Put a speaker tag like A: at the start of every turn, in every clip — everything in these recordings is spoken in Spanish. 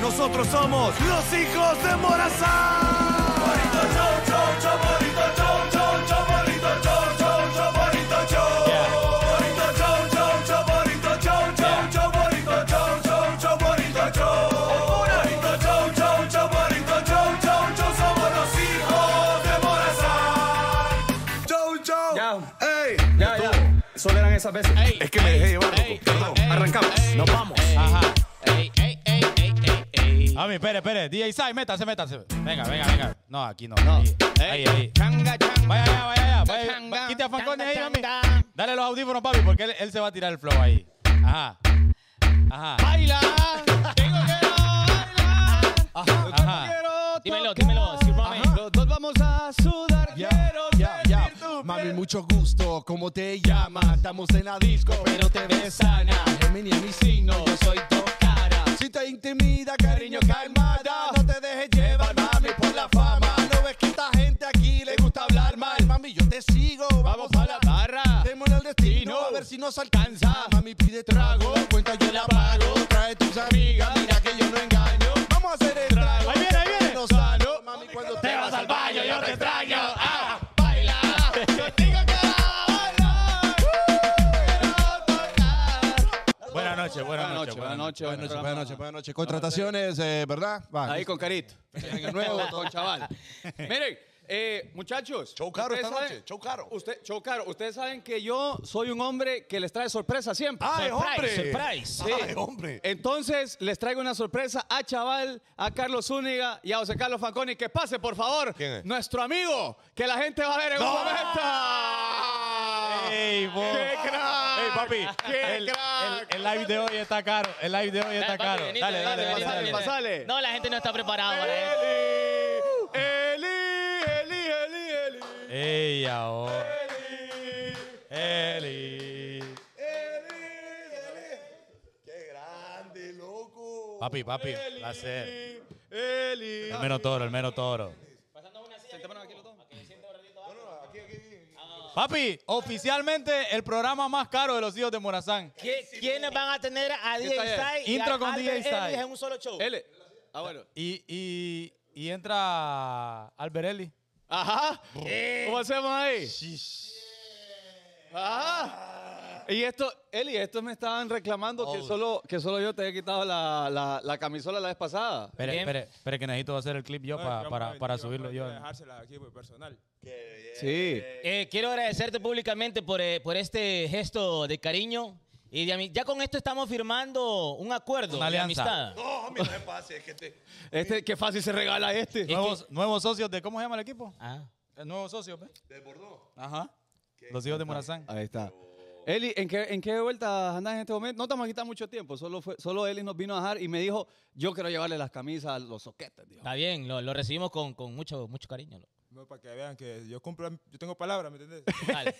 A: Nosotros somos los hijos de Morazán.
B: Solo eran esas veces.
C: Ey,
A: Es que me dejé llevar,
C: ey,
A: loco. Perdón.
C: ey,
A: Arrancamos.
C: ey,
A: Nos vamos.
C: ey, ey, ey, ey, ey, ey, ey.
D: A mí, espere, espere. DJ Sai, métase, métase. Venga, venga, venga. No, aquí no. Ahí, ahí. ahí.
C: Changa, changa.
D: Vaya allá, vaya allá. Vaya,
C: Changa,
D: quite a Fanconi ahí,
C: changa,
D: mami.
C: changa.
D: Dale los audífonos, papi, porque él, él se va a tirar el flow ahí. Ajá. Ajá.
C: Baila. Tengo que bailar.
D: Ajá.
C: Dímelo, dímelo, sírvame.
B: Los dos vamos a sudar.
E: Ya,
B: Quiero
E: ya,
B: sentir
E: ya.
B: tu
E: Mami,
B: piel.
E: mucho gusto. ¿Cómo te llamas? Estamos en la disco, pero te ves sana. Gemini es mi signo, yo soy tu cara. Si te intimida, cariño, calmada. No te dejes llevar, mami, por la fama. No ves que esta gente aquí le gusta hablar mal. Mami, yo te sigo.
B: Vamos para la barra.
E: Démosle al destino,
B: Dino.
E: a ver si nos alcanza. Mami, pide trago, cuenta yo la pago. Trae tus amigas, mira que yo no engaño. Vamos a hacer el trago.
D: Ahí viene, ahí viene.
E: No sano. Mami, cuando te vas al baño, yo te extraño. Ah, baila. Contigo
D: Buenas noches, buenas noches.
B: Buenas noches, buenas noches.
E: Buenas noches, buenas noches, buenas noches. Contrataciones, eh, ¿verdad? Va.
B: Ahí con Carito.
E: Año nuevo, todo.
B: con chaval. Miren, eh, muchachos.
A: Show caro
B: ustedes
A: esta noche,
B: saben-
A: show caro.
B: Usted, show caro. Ustedes saben que yo soy un hombre que les trae sorpresa siempre.
A: ¡Ay, Ah, hombre!
C: Surprise.
B: Sí.
A: ¡Ay, hombre!
B: Entonces, les traigo una sorpresa a Chaval, a Carlos Zúñiga y a José Carlos Fanconi. Que pase, por favor,
A: ¿Quién es?
B: nuestro amigo, que la gente va a ver en un momento.
D: Ey, vos.
B: ¡Qué crack!
D: Ey, papi.
B: ¡Qué
D: el,
B: crack!
D: el- el live de hoy está caro. El live de hoy está
C: Papi,
D: caro.
C: venite,
D: Dale,
C: venite,
D: dale, dale.
C: venite,
B: pasale,
D: dale.
C: venite.
B: pasale.
C: No, la gente no está preparada para eso.
B: Eli, Eli, Eli, Eli, Eli.
D: Ey, ahora. Eli.
A: ¡Qué grande, loco!
D: Papi, papi, placer.
B: Eli.
D: El mero toro, el mero toro. Papi, oficialmente el programa más caro de los hijos de Morazán.
F: ¿Qui- ¿Quiénes van a tener a
B: está
F: DJ Sai? y
D: Intro
F: a
D: con
F: Albert
D: DJ Sai.
F: Ellis en un solo show?
B: Eli. Ah, bueno.
D: Y, y, y entra Alberelli.
B: Ajá. ¿Cómo hacemos ahí? Ajá. Y esto, Eli, estos me estaban reclamando que, solo, que solo yo te he quitado la, la, la camisola la vez pasada.
D: Espere,
C: Bien.
D: espere, espere que necesito hacer el clip yo
G: No,
D: pa-
G: pero
D: para,
G: un
D: para
G: momentico,
D: subirlo
G: para
D: yo.
G: Dejársela aquí muy personal.
B: Sí.
C: Eh, quiero agradecerte públicamente por, eh, por este gesto de cariño. Y de ami- ya con esto estamos firmando un acuerdo
D: Una
C: de
D: alianza.
C: amistad.
A: No, hombre, no me pase, es que te...
B: Este, qué fácil se regala este.
D: Nuevos, nuevos socios de, ¿cómo se llama el equipo?
C: Ah.
D: El nuevo socio, pues. ¿ves? De Bordeaux. Ajá. Los hijos de Morazán.
B: Ahí está. Eli, ¿en qué, ¿en qué vuelta andas en este momento? No te vamos a quitar mucho tiempo. Solo, fue, solo Eli nos vino a dejar y me dijo, yo quiero llevarle las camisas a los soquetes. dijo.
C: Está bien, lo, lo recibimos con, con mucho, mucho cariño. loco.
G: No, para que vean que yo cumplo, yo tengo palabras, ¿me entendés?
C: Dale.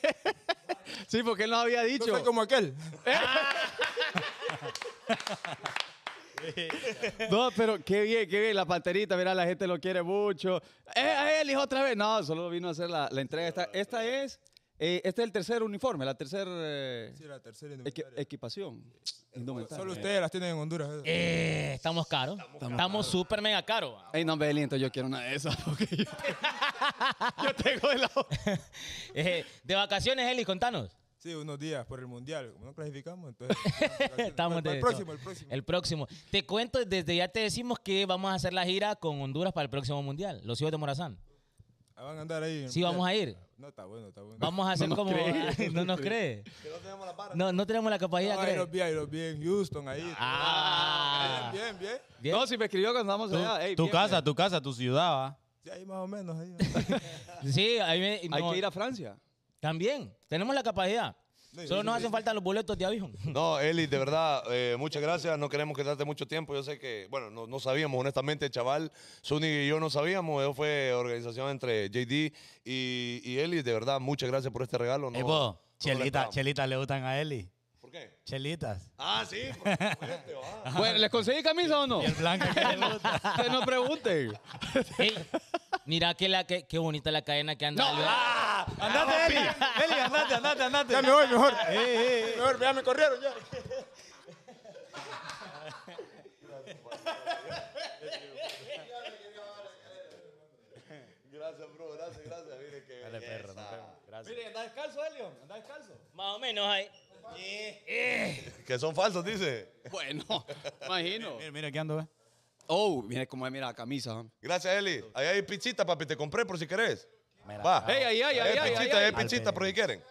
B: Sí, porque él nos había
G: No
B: dicho.
G: soy como aquel.
B: No, pero qué bien, qué bien. La panterita, mira, la gente lo quiere mucho. ¡Eh, a él, hijo, otra vez! No, solo vino a hacer la, la entrega. Esta, esta es. eh, este es el tercer uniforme, la tercera
G: Sí, la tercera indumentaria.
B: equipación. Indumentaria.
A: Eh.
G: Solo ustedes las tienen en Honduras. eso.
C: Eh, estamos caros. Estamos súper mega caros.
B: Ey, no, Beli, entonces yo quiero una de esas. Porque yo, yo tengo de la otra.
C: Eh, de vacaciones, Eli, contanos.
G: Sí, unos días por el mundial. Como no clasificamos, entonces.
C: Estamos
G: el,
C: de-
G: próximo, el próximo.
C: El próximo. Te cuento, desde ya te decimos que vamos a hacer la gira con Honduras para el próximo mundial. Los hijos de Morazán.
G: Ah, van a andar ahí. en el
C: Sí, vamos a
G: mundial.
C: ir.
G: No, está bueno, está bueno.
C: Vamos a hacer
B: nos
C: como. ah,
B: cree.
C: no nos cree. No, no tenemos la capacidad. Ah.
G: No, ahí
C: cree.
G: los vi, ahí los vi en Houston, ahí.
C: Ah.
G: Bien, bien, bien.
C: Bien.
B: No, si me escribió cuando andamos
D: Tu,
B: allá. ey,
D: tu
B: bien, eh,
D: casa, tu casa, tu ciudad, ¿va?
G: Sí, ahí más o menos. Ahí.
C: Sí, ahí me-
B: bien. Hay
C: no,
B: que ir a Francia.
C: También, tenemos la capacidad.
G: No, yo
C: Solo
G: sí
C: nos
G: que-
C: hacen falta los boletos de avión.
A: No, Eli, de verdad, eh, muchas gracias. No queremos quedarte mucho tiempo. Yo sé que, bueno, no, no sabíamos, honestamente, chaval. Zuni y yo no sabíamos. Eso fue organización entre JD y, y Eli. De verdad, muchas gracias por este regalo. No,
D: Ey,
A: no
D: vos,
A: lo
D: chelitas,
A: esperábamos.
D: chelitas le gustan a Eli.
A: ¿Por qué?
D: Chelitas.
A: Ah, sí, por supuesto, ah.
B: Bueno, ¿les conseguí camisa o no?
D: El blanca que le gusta.
B: Que no pregunten.
C: Ey, mira que la que, qué bonita la cadena que anda. Albert.
B: Ah.
D: Ah, Andate, Eli. Eli, andate, andate, andate.
G: Ya me voy, mejor.
D: eh, eh.
G: Mejor, ya me corrieron, ya.
C: frase.
B: ¿Anda descalzo, Elion? ¿Anda descalzo?
F: Más o menos ahí.
A: Que son falsos, dice.
B: Bueno, imagino.
D: Mira, mira, ¿qué ando, ve?
B: Oh, mira cómo es, mira la camisa.
A: Gracias, Eli. Ahí hay pichita, papi. Te compré por si querés.
D: Mira,
A: Va.
B: Ey, ay, ay,
A: Ahí hay
B: ay, ay,
A: pichita,
B: ay,
A: ahí
B: ay.
A: hay pichita por si quieren.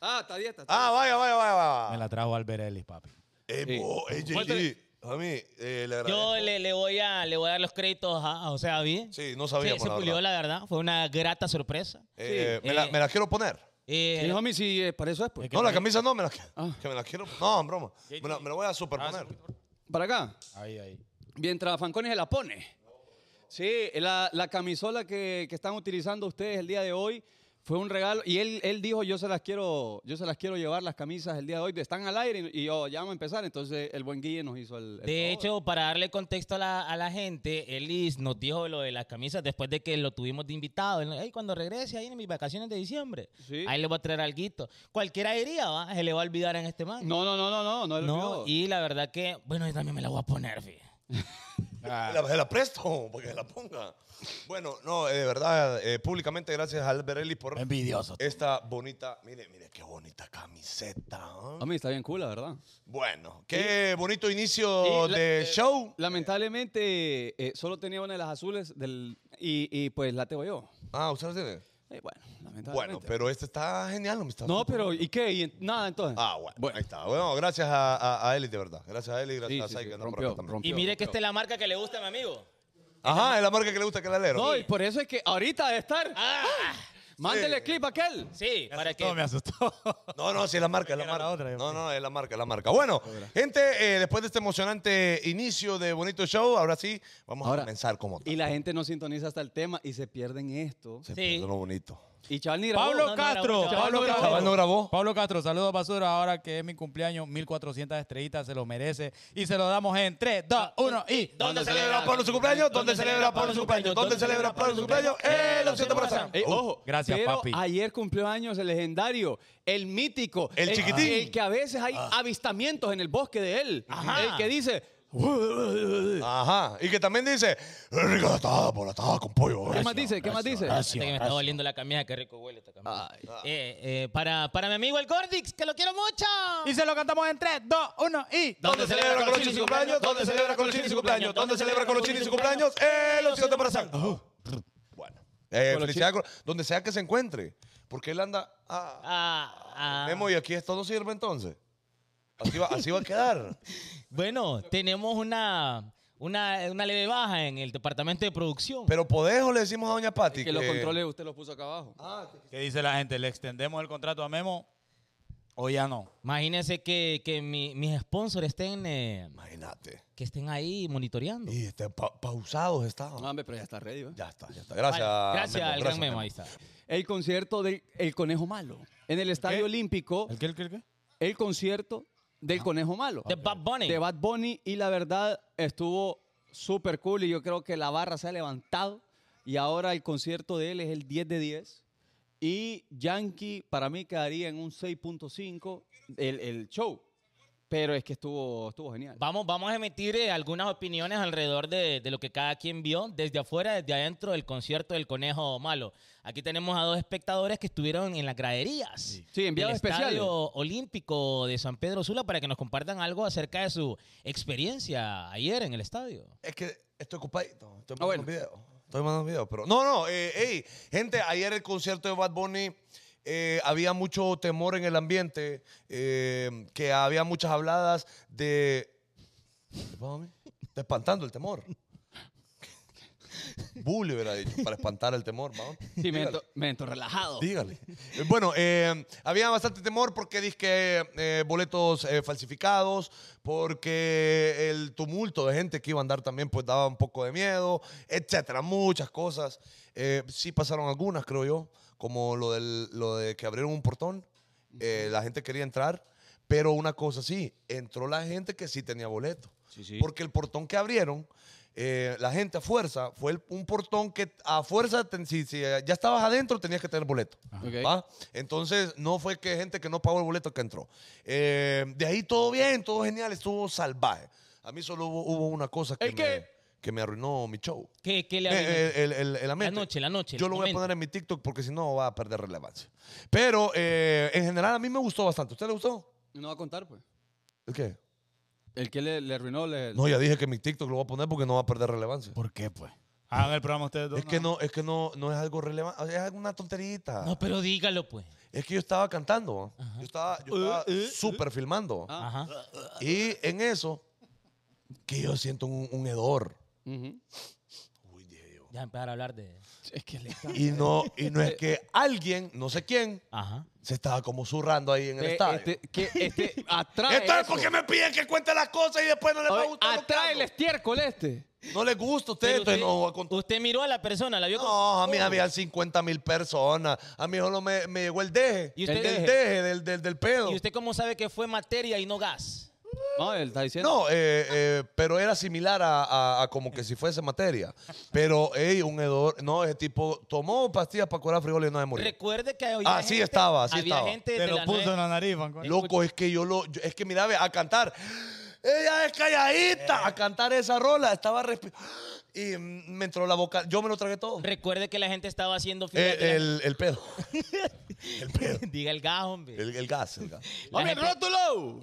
B: Ah, está dieta. está
A: Ah, vaya, vaya, vaya,
D: Me
A: vaya.
D: la trajo Albert Ellis, papi.
A: Eh, bo, eh,
B: Cuéntale.
A: JD. A mí, eh, le agradezco.
C: Yo le, le voy a, le voy a dar los créditos a a José David.
A: Sí, no
C: Se,
A: sabíamos,
C: se
A: la
C: pulió,
A: verdad.
C: la verdad. Fue una grata sorpresa.
A: Eh,
C: Sí.
A: me, la,
C: Eh.
A: me la quiero poner.
C: Eh,
B: Sí, homie, sí, eh, para eso es. pues.
A: No, la camisa no, me la,
B: Ah.
A: que me la quiero. No, en broma. Me la, me la voy a superponer.
B: Para acá.
D: Ahí, ahí.
B: Mientras Fanconi se la pone. Sí, la, la camisola que, que están utilizando ustedes el día de hoy fue un regalo. Y él, él dijo, yo se las quiero, yo se las quiero llevar las camisas el día de hoy. Están al aire y, y yo, ya vamos a empezar. Entonces el buen Guille nos hizo el. el
C: De
B: favor.
C: hecho, para darle contexto a la, a la gente, Elis nos dijo lo de las camisas después de que lo tuvimos de invitado. Él, "Ey, cuando regrese ahí en mis vacaciones de diciembre,
B: Sí.
C: ahí le voy a traer algo. Cualquiera diría, ¿va? se le va a olvidar en este man.
B: No, no, no, no, no, no.
C: No,
B: lo olvidó.
C: y la verdad que, bueno, yo también me la voy a poner, fíjate.
B: ah.
A: Se la, se la presto porque la ponga. Bueno, no, eh, de verdad, eh, públicamente gracias a Albert Ellis por
D: Envidioso.
A: esta bonita. Mire, mire, qué bonita camiseta. ¿ah?
B: Homie, está bien cool, la verdad.
A: Bueno, qué bonito inicio
B: Y la-
A: de
B: eh,
A: show.
B: Lamentablemente, eh, solo tenía una de las azules del, y, y, pues la tengo yo.
A: Ah, ¿usted lo tiene?
B: Eh, bueno, lamentablemente.
A: Bueno, pero este está genial, homie, está
B: No, pero ¿y qué? ¿Y en- nada, entonces.
A: Ah, bueno, ahí está. Bueno, gracias a, a, a Eli, de verdad. Gracias a Eli, gracias
B: Sí,
A: a
B: sí,
A: Sai,
B: sí,
A: que anda por
B: rompió,
A: acá también.
B: rompió.
C: Y mire
B: rompió.
C: que esta es la marca que le gusta a mi amigo.
A: Ajá, es la marca que le gusta que la lero.
B: No, y por eso es que ahorita de estar.
C: Ah,
B: Mándele clip a aquel.
C: sí, para que...
D: No, me asustó.
A: No, no, sí, es la marca, es la
D: Era la
A: marca.
D: otra, yo
A: no, no, es la marca, es la marca. Bueno, gente, eh, después de este emocionante inicio de Bonito Show, ahora sí, vamos
B: Ahora,
A: a comenzar como tal.
B: Y la gente no sintoniza hasta el tema y se pierden esto.
A: Se
C: Sí.
A: pierde lo bonito.
B: Y chaval ni grabó.
D: Pablo
C: no, no,
D: Castro.
C: no, no,
D: Pablo
C: no, no,
D: Castro.
A: Chaval no grabó.
D: Pablo Castro, saludos basura. Ahora que es mi cumpleaños, 1400 estrellitas se lo merece. Y se lo damos en 3, 2, 1 y.
A: ¿Dónde celebra Pablo su cumpleaños? ¿Dónde celebra Pablo su cumpleaños? ¿Dónde celebra Pablo su cumpleaños? ¡Eh, lo siento por azar!
B: Eh, ojo,
D: gracias,
B: pero
D: papi.
B: Ayer cumplió años el legendario, el mítico,
A: El chiquitín.
B: el que a veces hay avistamientos en el bosque de él.
C: Ajá.
B: El que dice,
A: Ajá. Y que también dice, "Eh, rica la taba, por la taba con pollo.
B: ¿qué más dice? ¿Qué más dice?
C: Fíjate que me está doliendo la camisa, qué rico huele esta camisa.
B: Ay.
C: Eh, eh, para, para mi amigo el Gordix, que lo quiero mucho.
D: Y se lo cantamos en 3, 2, 1 y.
A: ¿Dónde celebra Colochini su cumpleaños? ¿Dónde celebra Colochini su cumpleaños? ¿Dónde celebra Colochini su cumpleaños? ¡Eh, lo siento por azar! Bueno. Eh, felicidades, Colo- donde sea que se encuentre. Porque él anda... ah,
C: Ah, ah.
A: Memo, y aquí esto no sirve entonces. Así va, así va a quedar.
C: Bueno, tenemos una, una, una leve baja en el departamento de producción.
A: Pero podés o le decimos a Doña Pati.
B: que los controles usted los puso acá abajo.
D: ¿Qué dice la gente? ¿Le extendemos el contrato a Memo o ya no?
C: Imagínense que, que mi- mis sponsors estén, eh,
A: Imagínate.
C: que estén ahí monitoreando.
A: Y este, pa- pausados
B: No,
A: estaban.
B: hombre, pero ya está ready. ¿eh?
A: Ya está, ya está. Gracias.
C: Vale, gracias
A: Memo,
C: al
A: gracias,
C: gran Memo, ahí está.
B: El concierto del el Conejo Malo. En el Estadio Olímpico,
D: ¿El qué, el qué, el qué?
B: el concierto del Conejo Malo.
C: De Bad Bunny.
B: de Bad Bunny y la verdad estuvo súper cool y yo creo que la barra se ha levantado y ahora el concierto de él es el 10 de 10 y Yankee para mí quedaría en un 6.5 el, el show, pero es que estuvo, estuvo genial.
C: Vamos, vamos a emitir eh, algunas opiniones alrededor de, de lo que cada quien vio desde afuera, desde adentro del concierto del Conejo Malo. Aquí tenemos a dos espectadores que estuvieron en las graderías.
B: Sí, enviados
C: del
B: especiales.
C: Estadio Olímpico de San Pedro Sula para que nos compartan algo acerca de su experiencia ayer en el estadio.
A: Es que estoy ocupadito. Estoy mandando
B: Ah, bueno.
A: videos. Estoy mandando videos, pero... No, no, eh, ey, gente, ayer el concierto de Bad Bunny... eh, había mucho temor en el ambiente, eh, que había muchas habladas de... ¿Qué pasó, mami? Está espantando el temor. Bully hubiera dicho, para espantar el temor, vamos.
B: Sí, me ento- me ento relajado.
A: Dígale. Eh, Bueno, eh, había bastante temor porque dizque eh, boletos eh, falsificados, porque el tumulto de gente que iba a andar también pues daba un poco de miedo, etcétera, muchas cosas. Eh, sí pasaron algunas, creo yo, como lo, del, lo de que abrieron un portón, eh, la gente quería entrar, pero una cosa sí, entró la gente que sí tenía boleto. Porque el portón que abrieron, eh, la gente a fuerza, fue el- un portón que a fuerza, ten- si, si, eh, ya estabas adentro, tenías que tener boleto.
B: Ok.
A: ¿va? Entonces, no fue que gente que no pagó el boleto que entró. Eh, de ahí todo bien, todo genial, estuvo salvaje. A mí solo hubo, hubo una cosa que
B: ¿El
A: me-
B: qué?
A: que me arruinó mi show.
C: ¿Qué, qué le
A: Eh,
C: arruinó?
A: eh, el, el- el ambiente.
C: noche, la noche, el
A: Yo lo voy a
C: momento.
A: poner en mi TikTok porque si no va a perder relevancia. Pero eh, en general a mí me gustó bastante. ¿Usted le gustó?
B: No va a contar, pues.
A: ¿El qué?
B: El que le, le arruinó, le-
A: No, ya dije que mi TikTok lo voy a poner porque no va a perder relevancia.
D: ¿Por qué, pues? Hagan el programa ustedes dos.
A: Es que no, es que no, no es algo relevante, es alguna tonterita.
C: No, pero dígalo, pues.
A: Es que yo estaba cantando, ¿no? yo estaba, yo estaba súper filmando.
B: Eh, Ah.
C: Ajá.
A: Y en eso, que yo siento un, un hedor.
B: Ujú.
A: Uy, dije yo.
C: Ya empezar a hablar de.
B: Es que le está-
A: Y no, y
B: Eh.
A: no es que alguien, no sé quién,
C: Ajá.
A: se estaba como zurrando ahí en el
B: Este-
A: estadio.
B: este- que este atrae
A: Entonces,
B: eso.
A: ¿por qué me piden que cuente las cosas y después no les va a
B: Oye,
A: gustar? lo que
B: atrae el
A: hago?
B: estiércol este.
A: No les gusta a ustedes,
C: Pero
A: entonces no voy a contar.
C: Usted miró a la persona, la vio como-
A: No, a mí había 50 mil personas. A mí solo me, me llegó el deje.
C: ¿Y usted-
A: el deje, del, del, del pedo.
C: ¿Y usted cómo sabe que fue materia y no gas?
B: No, él está diciendo.
A: No, eh, eh, pero era similar a, a- a como que si fuese materia. Pero, ey, un hedor. No, ese tipo tomó pastillas para curar frijoles y no se murió.
C: Recuerde que había
A: Así
C: gente-
A: Ah, estaba, así
C: había
A: estaba.
C: gente
D: Te
C: de
D: lo
C: las
D: puso
C: nueve-
D: en la nariz, Franco.
A: Loco, es que yo lo. yo- es que mira, ve, a cantar. Ella es calladita. A cantar esa rola. Estaba respi- Y mm, me entró la boca. Yo me lo tragué todo.
C: Recuerde que la gente estaba haciendo fila de
A: Eh,
C: la-
A: el, el pedo. El pedo.
C: Diga el gas, hombre.
A: El, el gas, el gas.
C: La gente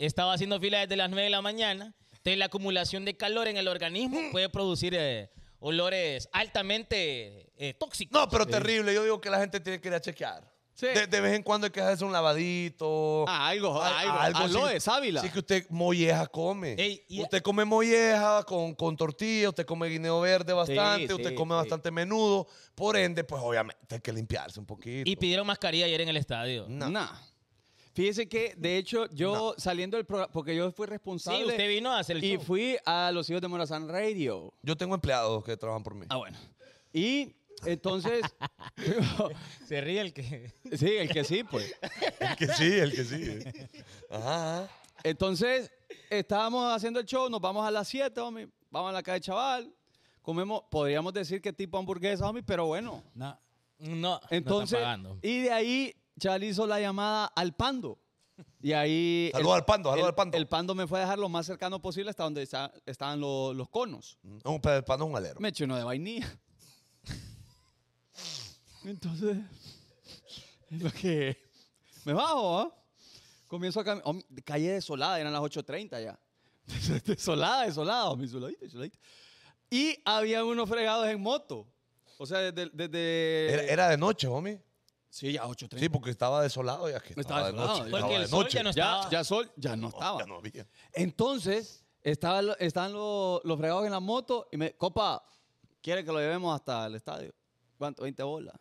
C: Estaba haciendo fila desde las 9 de la mañana. Entonces, la acumulación de calor en el organismo
A: Mm.
C: puede producir eh, olores altamente eh, tóxicos.
A: No, pero terrible. Yo digo que la gente tiene que ir a chequear.
B: Sí.
A: De, de vez en cuando hay que hacerse un lavadito.
B: Ah, algo, algo. Aloe, sábila.
A: Sí que usted molleja come.
C: Ey, y-
A: usted come molleja con, con tortilla, usted come guineo verde bastante,
B: Sí,
A: usted
B: sí,
A: come
B: sí.
A: bastante menudo. Por ende, pues obviamente hay que limpiarse un poquito.
C: Y pidieron mascarilla ayer en el estadio.
A: No.
B: Nah. Fíjese que, de hecho, yo saliendo del programa, porque yo fui responsable.
C: Sí, usted vino a hacer el
B: Y
C: show.
B: fui a los hijos de Morazán Radio.
A: Yo tengo empleados que trabajan por mí.
B: Ah, bueno. Y entonces.
C: Se ríe el que...
B: sí, el que sí, pues.
A: El que sí, el que sí. Ajá. ajá.
B: Entonces, estábamos haciendo el show, nos vamos a las 7, homie. Vamos a la calle Chaval. Comemos, podríamos decir que tipo hamburguesa, homie, pero bueno.
D: No.
C: No,
B: Entonces,
C: no
B: y de ahí Chaval hizo la llamada al Pando. Y ahí.
A: Saluda
B: el-
A: al Pando, saluda
B: el-
A: al Pando.
B: El Pando me fue a dejar lo más cercano posible hasta donde está- estaban lo- los conos.
A: Un pedo de pan es un alero.
B: Me eché uno de vainilla. Entonces, es lo que me bajo, ¿ah? Comienzo a caminar. calle desolada, eran las 8.30 ya. desolada, desolada, mi desoladita, desoladita. Y había unos fregados en moto. O sea, desde. desde-
A: Era, era de noche, homie.
B: Sí, ya 8.30.
A: Sí, porque estaba desolado ya que
B: Estaba
A: estaba, de
B: desolado,
A: noche.
B: ya.
A: estaba
C: Porque
A: de
C: el sol
A: noche.
C: ya no
B: ya,
C: estaba.
B: ya sol, ya no estaba.
A: Ya no había.
B: Entonces, estaba, lo- estaban lo- los fregados en la moto y me, copa, ¿quiere que lo llevemos hasta el estadio? ¿Cuánto? 20 bolas.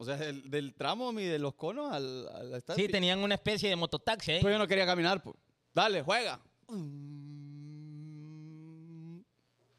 B: O sea, del, del tramo mi, de los conos al, al estadio.
C: Sí, tenían una especie de mototaxi ¿eh? ahí.
B: Pues yo no quería caminar, pues. Dale, juega.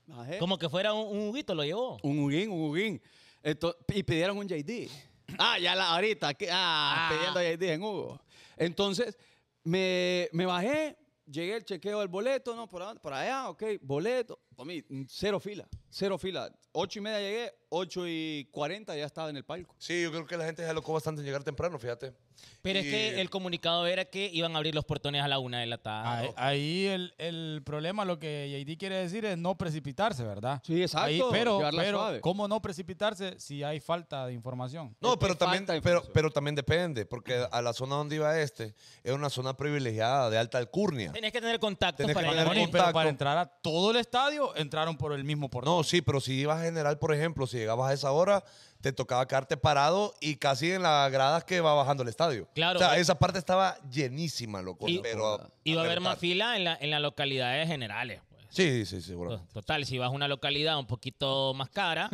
B: Bajé.
A: ¿eh?
C: Como que fuera un, un juguito, lo llevó.
B: Un huguín, un huguín. Ento- y pidieron un JD. Ah, ya la, ahorita. que- ah, pidiendo JD en Hugo. Entonces, me, me bajé, llegué el chequeo del boleto, ¿no? Por, a- por allá, ok, boleto. Para mí, mm, cero fila, cero fila. Ocho y media llegué, ocho y cuarenta ya estaba en el palco.
A: Sí, yo creo que la gente se alocó bastante en llegar temprano, fíjate.
C: Pero
A: Y-
C: es que el comunicado era que iban a abrir los portones a la una de la
A: Ah,
C: tarde.
A: eh,
D: Ahí, ahí el, el problema, lo que JD quiere decir es no precipitarse, ¿verdad?
B: Sí, exacto,
D: Ahí, pero,
B: llevarla
D: pero
B: suave.
D: ¿cómo no precipitarse si hay falta de información?
A: No,
B: que
A: pero también,
B: falta
A: pero,
B: información.
A: pero también depende, porque a la zona donde iba este era una zona privilegiada, de alta alcurnia.
C: Tenés que tener contacto
A: ah. Tenés que
C: para ir a
A: tener
C: la
D: Bueno, y-
C: una.
A: contacto.
D: pero para entrar a todo el estadio, entraron por el mismo portón.
A: No, sí, pero si ibas a general, por ejemplo, si llegabas a esa hora, te tocaba quedarte parado y casi en las gradas que va bajando el estadio.
C: Claro. eh.
A: O sea, esa parte estaba llenísima, loco.
C: Y-
A: pero
C: Iba a haber más
A: apretar.
C: fila en, la, en las localidades generales. pues.
A: Sí, sí, seguro.
C: To- Total, si vas a una localidad un poquito más cara,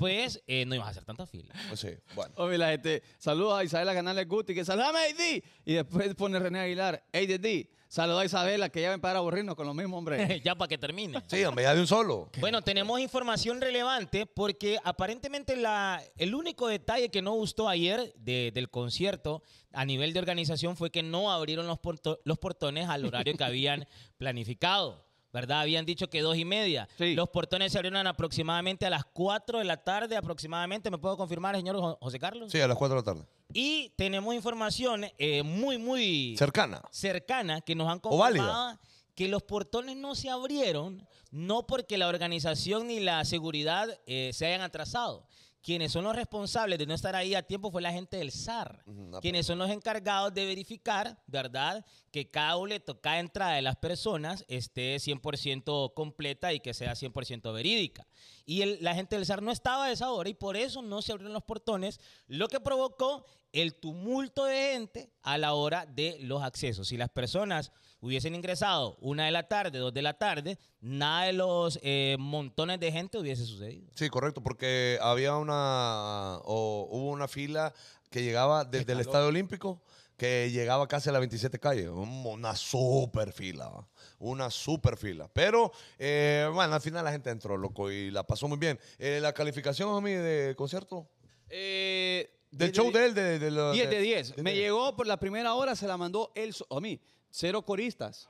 C: pues eh, no ibas a hacer tanta fila.
A: Pues Sí, bueno.
B: Oye, la gente, saludos a Isabela Canales Guti, que saludame a JD. Y después pone René Aguilar, hey JD, saluda a Isabela, que ya ven para aburrirnos con los mismos hombres.
C: ya para que termine.
A: Sí, hombre, ya de un solo.
C: Bueno, tenemos información relevante porque aparentemente la, el único detalle que no gustó ayer de- del concierto a nivel de organización fue que no abrieron los, porto- los portones al horario que habían planificado. ¿Verdad? Habían dicho que dos y media.
B: Sí.
C: Los portones se abrieron aproximadamente a las cuatro de la tarde, aproximadamente. ¿Me puedo confirmar, señor Jo- José Carlos?
A: Sí, a las 4 de la tarde.
C: Y tenemos información eh, muy, muy
A: Cercana.
C: cercana que nos han
A: O válida.
C: confirmado que los portones no se abrieron, no porque la organización ni la seguridad eh, se hayan atrasado. Quienes son los responsables de no estar ahí a tiempo fue la gente del SAR,
A: Ujú, ah,
C: quienes son los encargados de verificar, ¿verdad?, que cada boleto, cada entrada de las personas esté 100% completa y que sea 100% verídica. Y el- la gente del SAR no estaba a esa hora y por eso no se abrieron los portones, lo que provocó el tumulto de gente a la hora de los accesos. Si las personas hubiesen ingresado una de la tarde, dos de la tarde, nada de los eh, montones de gente hubiese sucedido.
A: Sí, correcto, porque había una o hubo una fila que llegaba desde el Estadio Olímpico que llegaba casi a la 27 calle. Un- Una super fila, ¿va? una super fila. Pero, eh, bueno, al final la gente entró, loco, y la pasó muy bien. Eh, la calificación, homie, de concierto,
B: Eh,
A: del
B: diez
A: show
B: de-
A: de él, de, de la-
B: 10 de 10.
A: de-
B: Me llegó por la primera hora, se la mandó él so- a mí. Cero coristas.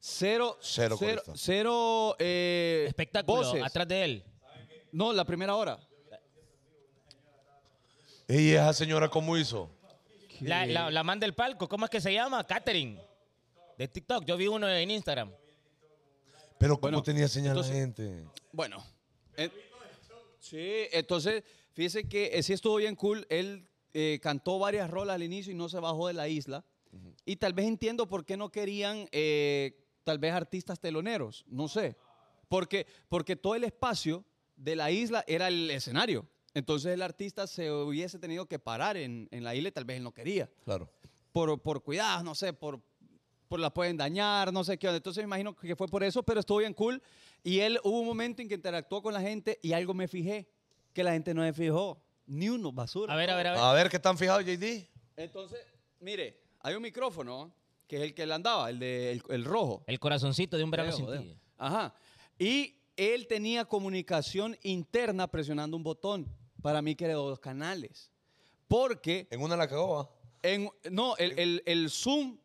B: Cero.
A: Cero
B: Cero.
A: coristas.
B: cero, eh,
C: Espectáculo
B: voces.
C: atrás de él.
B: No, la primera hora.
A: ¿Y esa señora cómo hizo?
C: La, la, la man del palco, ¿cómo es que se llama? Catherine. De TikTok, yo vi uno en Instagram.
A: Pero cómo tenía señal
B: entonces-
A: la gente.
B: Bueno. eh, sí, entonces, fíjese que eh, sí estuvo bien cool. Él eh, cantó varias rolas al inicio y no se bajó de la isla. Y tal vez entiendo por qué no querían, eh, tal vez, artistas teloneros. No sé. Porque, porque todo el espacio de la isla era el escenario. Entonces el artista se hubiese tenido que parar en, en la isla y tal vez él no quería
A: Claro.
B: por, por cuidados, no sé, por, por la pueden dañar, no sé qué. onda. Entonces me imagino que fue por eso, pero estuvo bien cool. Y él hubo un momento en que interactuó con la gente y algo me fijé, que la gente no se fijó. Ni uno, basura.
C: A ver, a ver, a ver.
A: A ver, ¿qué están fijados, JD?
B: Entonces, mire, hay un micrófono que es el que él andaba, el de el, el rojo.
C: El corazoncito de un verano
B: Creo,
C: sin
B: creo.
C: ti.
B: Ajá. Y él tenía comunicación interna presionando un botón. Para mí que era de dos canales. Porque
A: En una la cagó, ¿va?
B: en- no, el, el- el zoom,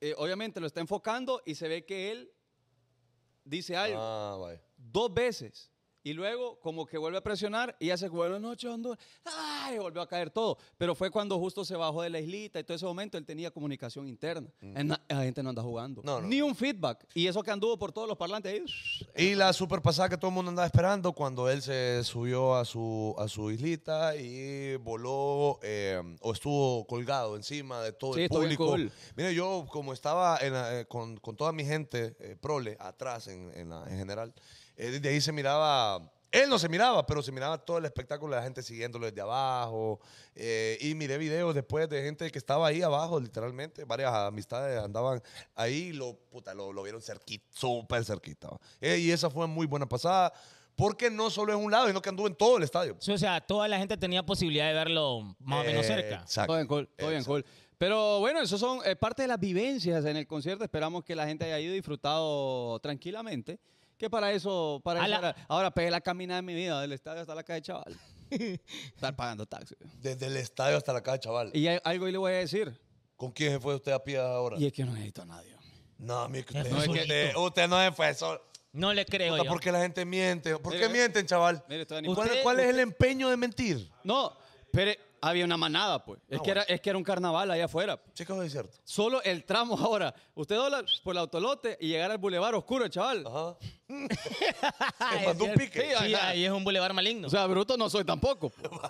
B: eh, obviamente lo está enfocando y se ve que él dice algo
A: Ah, vaya.
B: dos veces. Y luego, como que vuelve a presionar y hace buenas noches, Honduras. ¡Ay! y Volvió a caer todo. Pero fue cuando justo se bajó de la islita y todo ese momento él tenía comunicación interna. Eh, na- La gente no anda jugando.
A: Mm. No, no.
B: Ni un feedback. Y eso que anduvo por todos los parlantes ahí.
A: Y la super pasada que todo el mundo andaba esperando cuando él se subió a su, a su islita y voló eh, o estuvo colgado encima de todo
B: Sí,
A: el
B: estuvo bien
A: público.
B: cool.
A: Mire, yo como estaba en la- eh, con, con toda mi gente, eh, prole, atrás en, en la- en general, eh, de ahí se miraba... Él no se miraba, pero se miraba todo el espectáculo de la gente siguiéndolo desde abajo. eh, y miré videos después de gente que estaba ahí abajo, literalmente. Varias amistades andaban ahí y lo, puta, lo, lo vieron cerquita, súper cerquita. va. Eh, y esa fue muy buena pasada, porque no solo en un lado, sino que anduvo en todo el estadio.
C: Sí, o sea, toda la gente tenía posibilidad de verlo más o menos
A: Eh,
C: cerca.
A: Exacto.
B: Todo bien cool, todo bien
A: Exacto.
B: cool. Pero bueno, eso son eh, parte de las vivencias en el concierto. Esperamos que la gente haya ido y disfrutado tranquilamente. Que para eso, para
C: A
B: eso
C: la-
B: era- ahora pegué la caminada de mi vida del estadio hasta la calle, chaval. Estar pagando taxi.
A: Desde el estadio hasta la calle, chaval.
B: Y hay- algo le voy a decir.
A: ¿Con quién se fue usted a pie ahora?
B: Y es que no necesito a nadie.
A: No,
C: Se
A: mi, usted,
C: fue
A: usted,
C: solito.
A: usted no se fue solo.
C: No le creo
A: Puta,
C: yo.
A: ¿Por qué la gente miente? ¿Por
B: Mire,
A: qué
B: ve.
A: mienten, chaval?
B: Mire, estoy
A: ¿Cuál,
B: animado.
A: cuál es el empeño de mentir?
B: No, pero había una manada, pues. Es,
A: Ah,
B: que era,
A: bueno.
B: es que era un carnaval allá afuera.
A: Chicos, es cierto.
B: Solo el tramo ahora. Usted dobla por el autolote y llegar al bulevar oscuro, chaval.
A: Ajá. Se mandó un pique.
C: Ah, Sí, ahí es un bulevar maligno.
B: O sea, bruto no soy tampoco. po.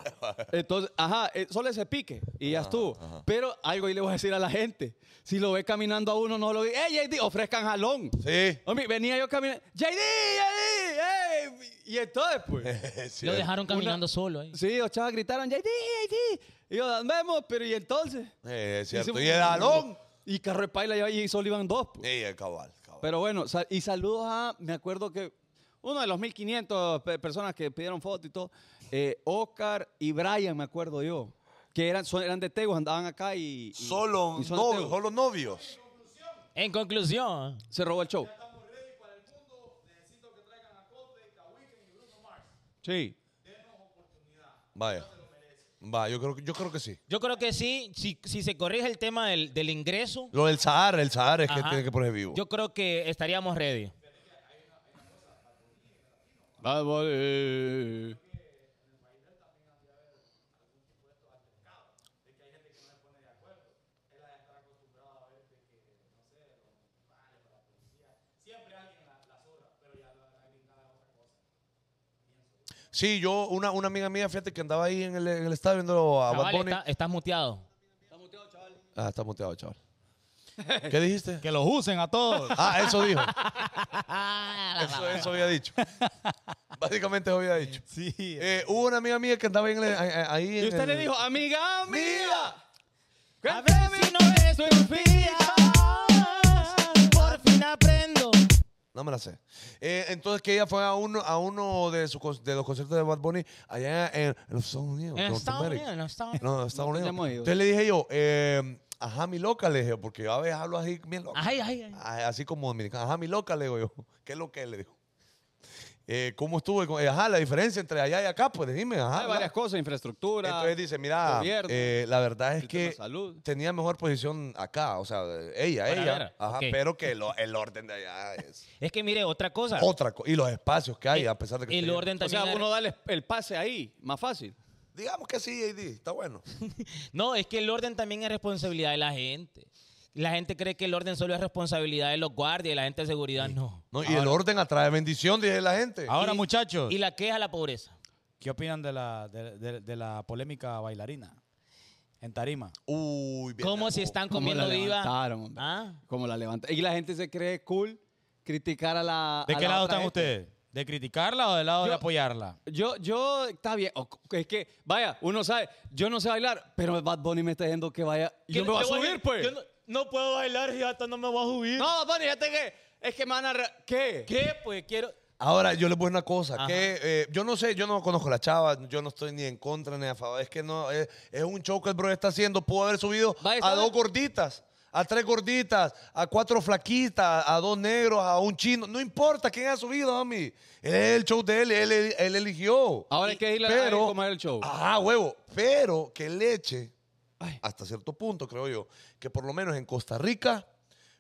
B: Entonces, ajá, eh, solo ese pique y ya estuvo. Pero algo ahí le voy a decir a la gente. Si lo ve caminando a uno, no lo diga. ¡Ey, JD! Ofrezcan jalón.
A: Sí.
B: Hombre, venía yo caminando. ¡JD! ¡JD! ¡Ey! Y entonces, pues.
A: Es
C: lo
A: cierto.
C: dejaron caminando solo ahí.
B: sí, los chavos gritaron, ¡JD! ¡JD! Y yo, "Nos vemos, pero ¿y entonces?
A: Eh, es cierto.
B: Hicimos-
A: Y el alón.
B: Y Carro de Paila y ahí solo iban dos, pues.
A: Sí, el cabal, cabal.
B: Pero bueno, sa- y saludos a, me acuerdo que uno de los 1500 pe- personas que pidieron foto y todo, eh, Oscar y Brian, me acuerdo yo, que eran, son- eran de Teguas, andaban acá y... y-
A: solo
B: y son de
A: novios,
B: Teguas.
A: solo novios.
C: En conclusión,
B: Se robó el show. Sí.
A: Vaya. Va, yo creo, que- yo creo que sí.
C: yo creo que sí, si, si se corrige el tema del, del ingreso,
A: Lo del Sahara, el Sahara es que
C: Ajá.
A: tiene que ponerse vivo.
C: yo creo que estaríamos ready.
B: Vamos, eh.
A: Sí, yo, una, una amiga mía, fíjate que andaba ahí en el, en el estadio viendo a Bad
C: Chaval,
A: Bunny.
C: está- estás muteado.
A: Ah, está muteado, chaval. ¿Qué dijiste?
D: Que los usen a todos.
A: Ah, eso dijo. Eso, eso había dicho. Básicamente eso había dicho.
D: Sí.
A: Eh, hubo una amiga mía que andaba en el- a- a- ahí.
B: Y usted le dijo, amiga mía.
C: A ver si no eres tu Por fin aprendo.
A: No me la sé. Eh, entonces que ella fue a uno, a uno de, sus con- de los conciertos de Bad Bunny allá en, en los Estados Unidos.
C: En Estados
A: Norteamérica.
C: Unidos, en Estados Unidos.
A: No, en Estados Unidos.
B: teníamos ido.
A: Entonces le dije yo, eh, ajá, mi loca, le dije, porque yo a veces hablo así, bien loca.
C: Ay, ay, ay.
A: Ay, Así como dominicano. Ajá, mi loca, le digo yo. ¿Qué es lo que es? Le digo. Eh, ¿Cómo estuvo? el con- eh, Ajá, la diferencia entre allá y acá, pues dime. Ajá.
B: Hay varias cosas, infraestructura.
A: Entonces dice, mira,
B: gobierno,
A: eh, la verdad es
B: el tema
A: que
B: de salud.
A: tenía mejor posición acá, o sea, ella,
C: Para
A: ella.
C: ver,
A: Ajá,
C: ok.
A: pero que lo- el orden de allá es
C: Es que mire, otra cosa.
A: otra cosa. Y los espacios que hay, a pesar de que...
C: El
A: esté-
C: orden
B: O
C: también.
B: sea,
C: era-
B: uno da el, el pase ahí, más fácil.
A: Digamos que sí, AD, está bueno.
C: No, es que el orden también es responsabilidad de la gente. La gente cree que el orden solo es responsabilidad de los guardias y la gente de seguridad no.
A: No, y el orden atrae bendición, dice la gente.
D: Ahora,
C: Y-
D: muchachos,
C: Y la queja la pobreza.
D: ¿qué opinan de la, de, de- de la polémica bailarina en Tarima?
A: Uy, bien
C: ¿Cómo
A: algo.
C: se están
B: Como
C: comiendo
B: la
C: viva?
B: levantaron, hombre.
C: ¿Ah?
B: Como la levantaron. Y la gente se cree cool criticar a la.
D: ¿De
B: a
D: qué
B: la
D: lado
B: otra
D: están
B: gente.
D: ustedes? ¿De criticarla o del lado de
B: Yo-
D: apoyarla?
B: Yo, yo, está bien. O- Es que, vaya, uno sabe, yo no sé bailar, pero Bad Bunny me está diciendo que vaya. Yo me voy a
F: Yo voy-
B: subir, pues.
F: yo no, no puedo bailar, ya hasta no me voy a subir.
B: No, Bad Bunny, ya te que. Es que me van a. re- ¿Qué?
F: ¿Qué? Pues quiero.
A: Ahora, yo les voy a una cosa, que eh, yo no sé, yo no conozco a la chava, yo no estoy ni en contra ni a favor, es que no, es, es un show que el bro está haciendo, pudo haber subido
B: Vaya,
A: a
B: ¿sabe?
A: dos gorditas, a tres gorditas, a cuatro flaquitas, a dos negros, a un chino, no importa quién ha subido, mami, es el show de él, él, él, él eligió.
B: Ahora hay que irle a la- a cómo es el show.
A: Ajá, huevo, pero que leche, hasta cierto punto creo yo, que por lo menos en Costa Rica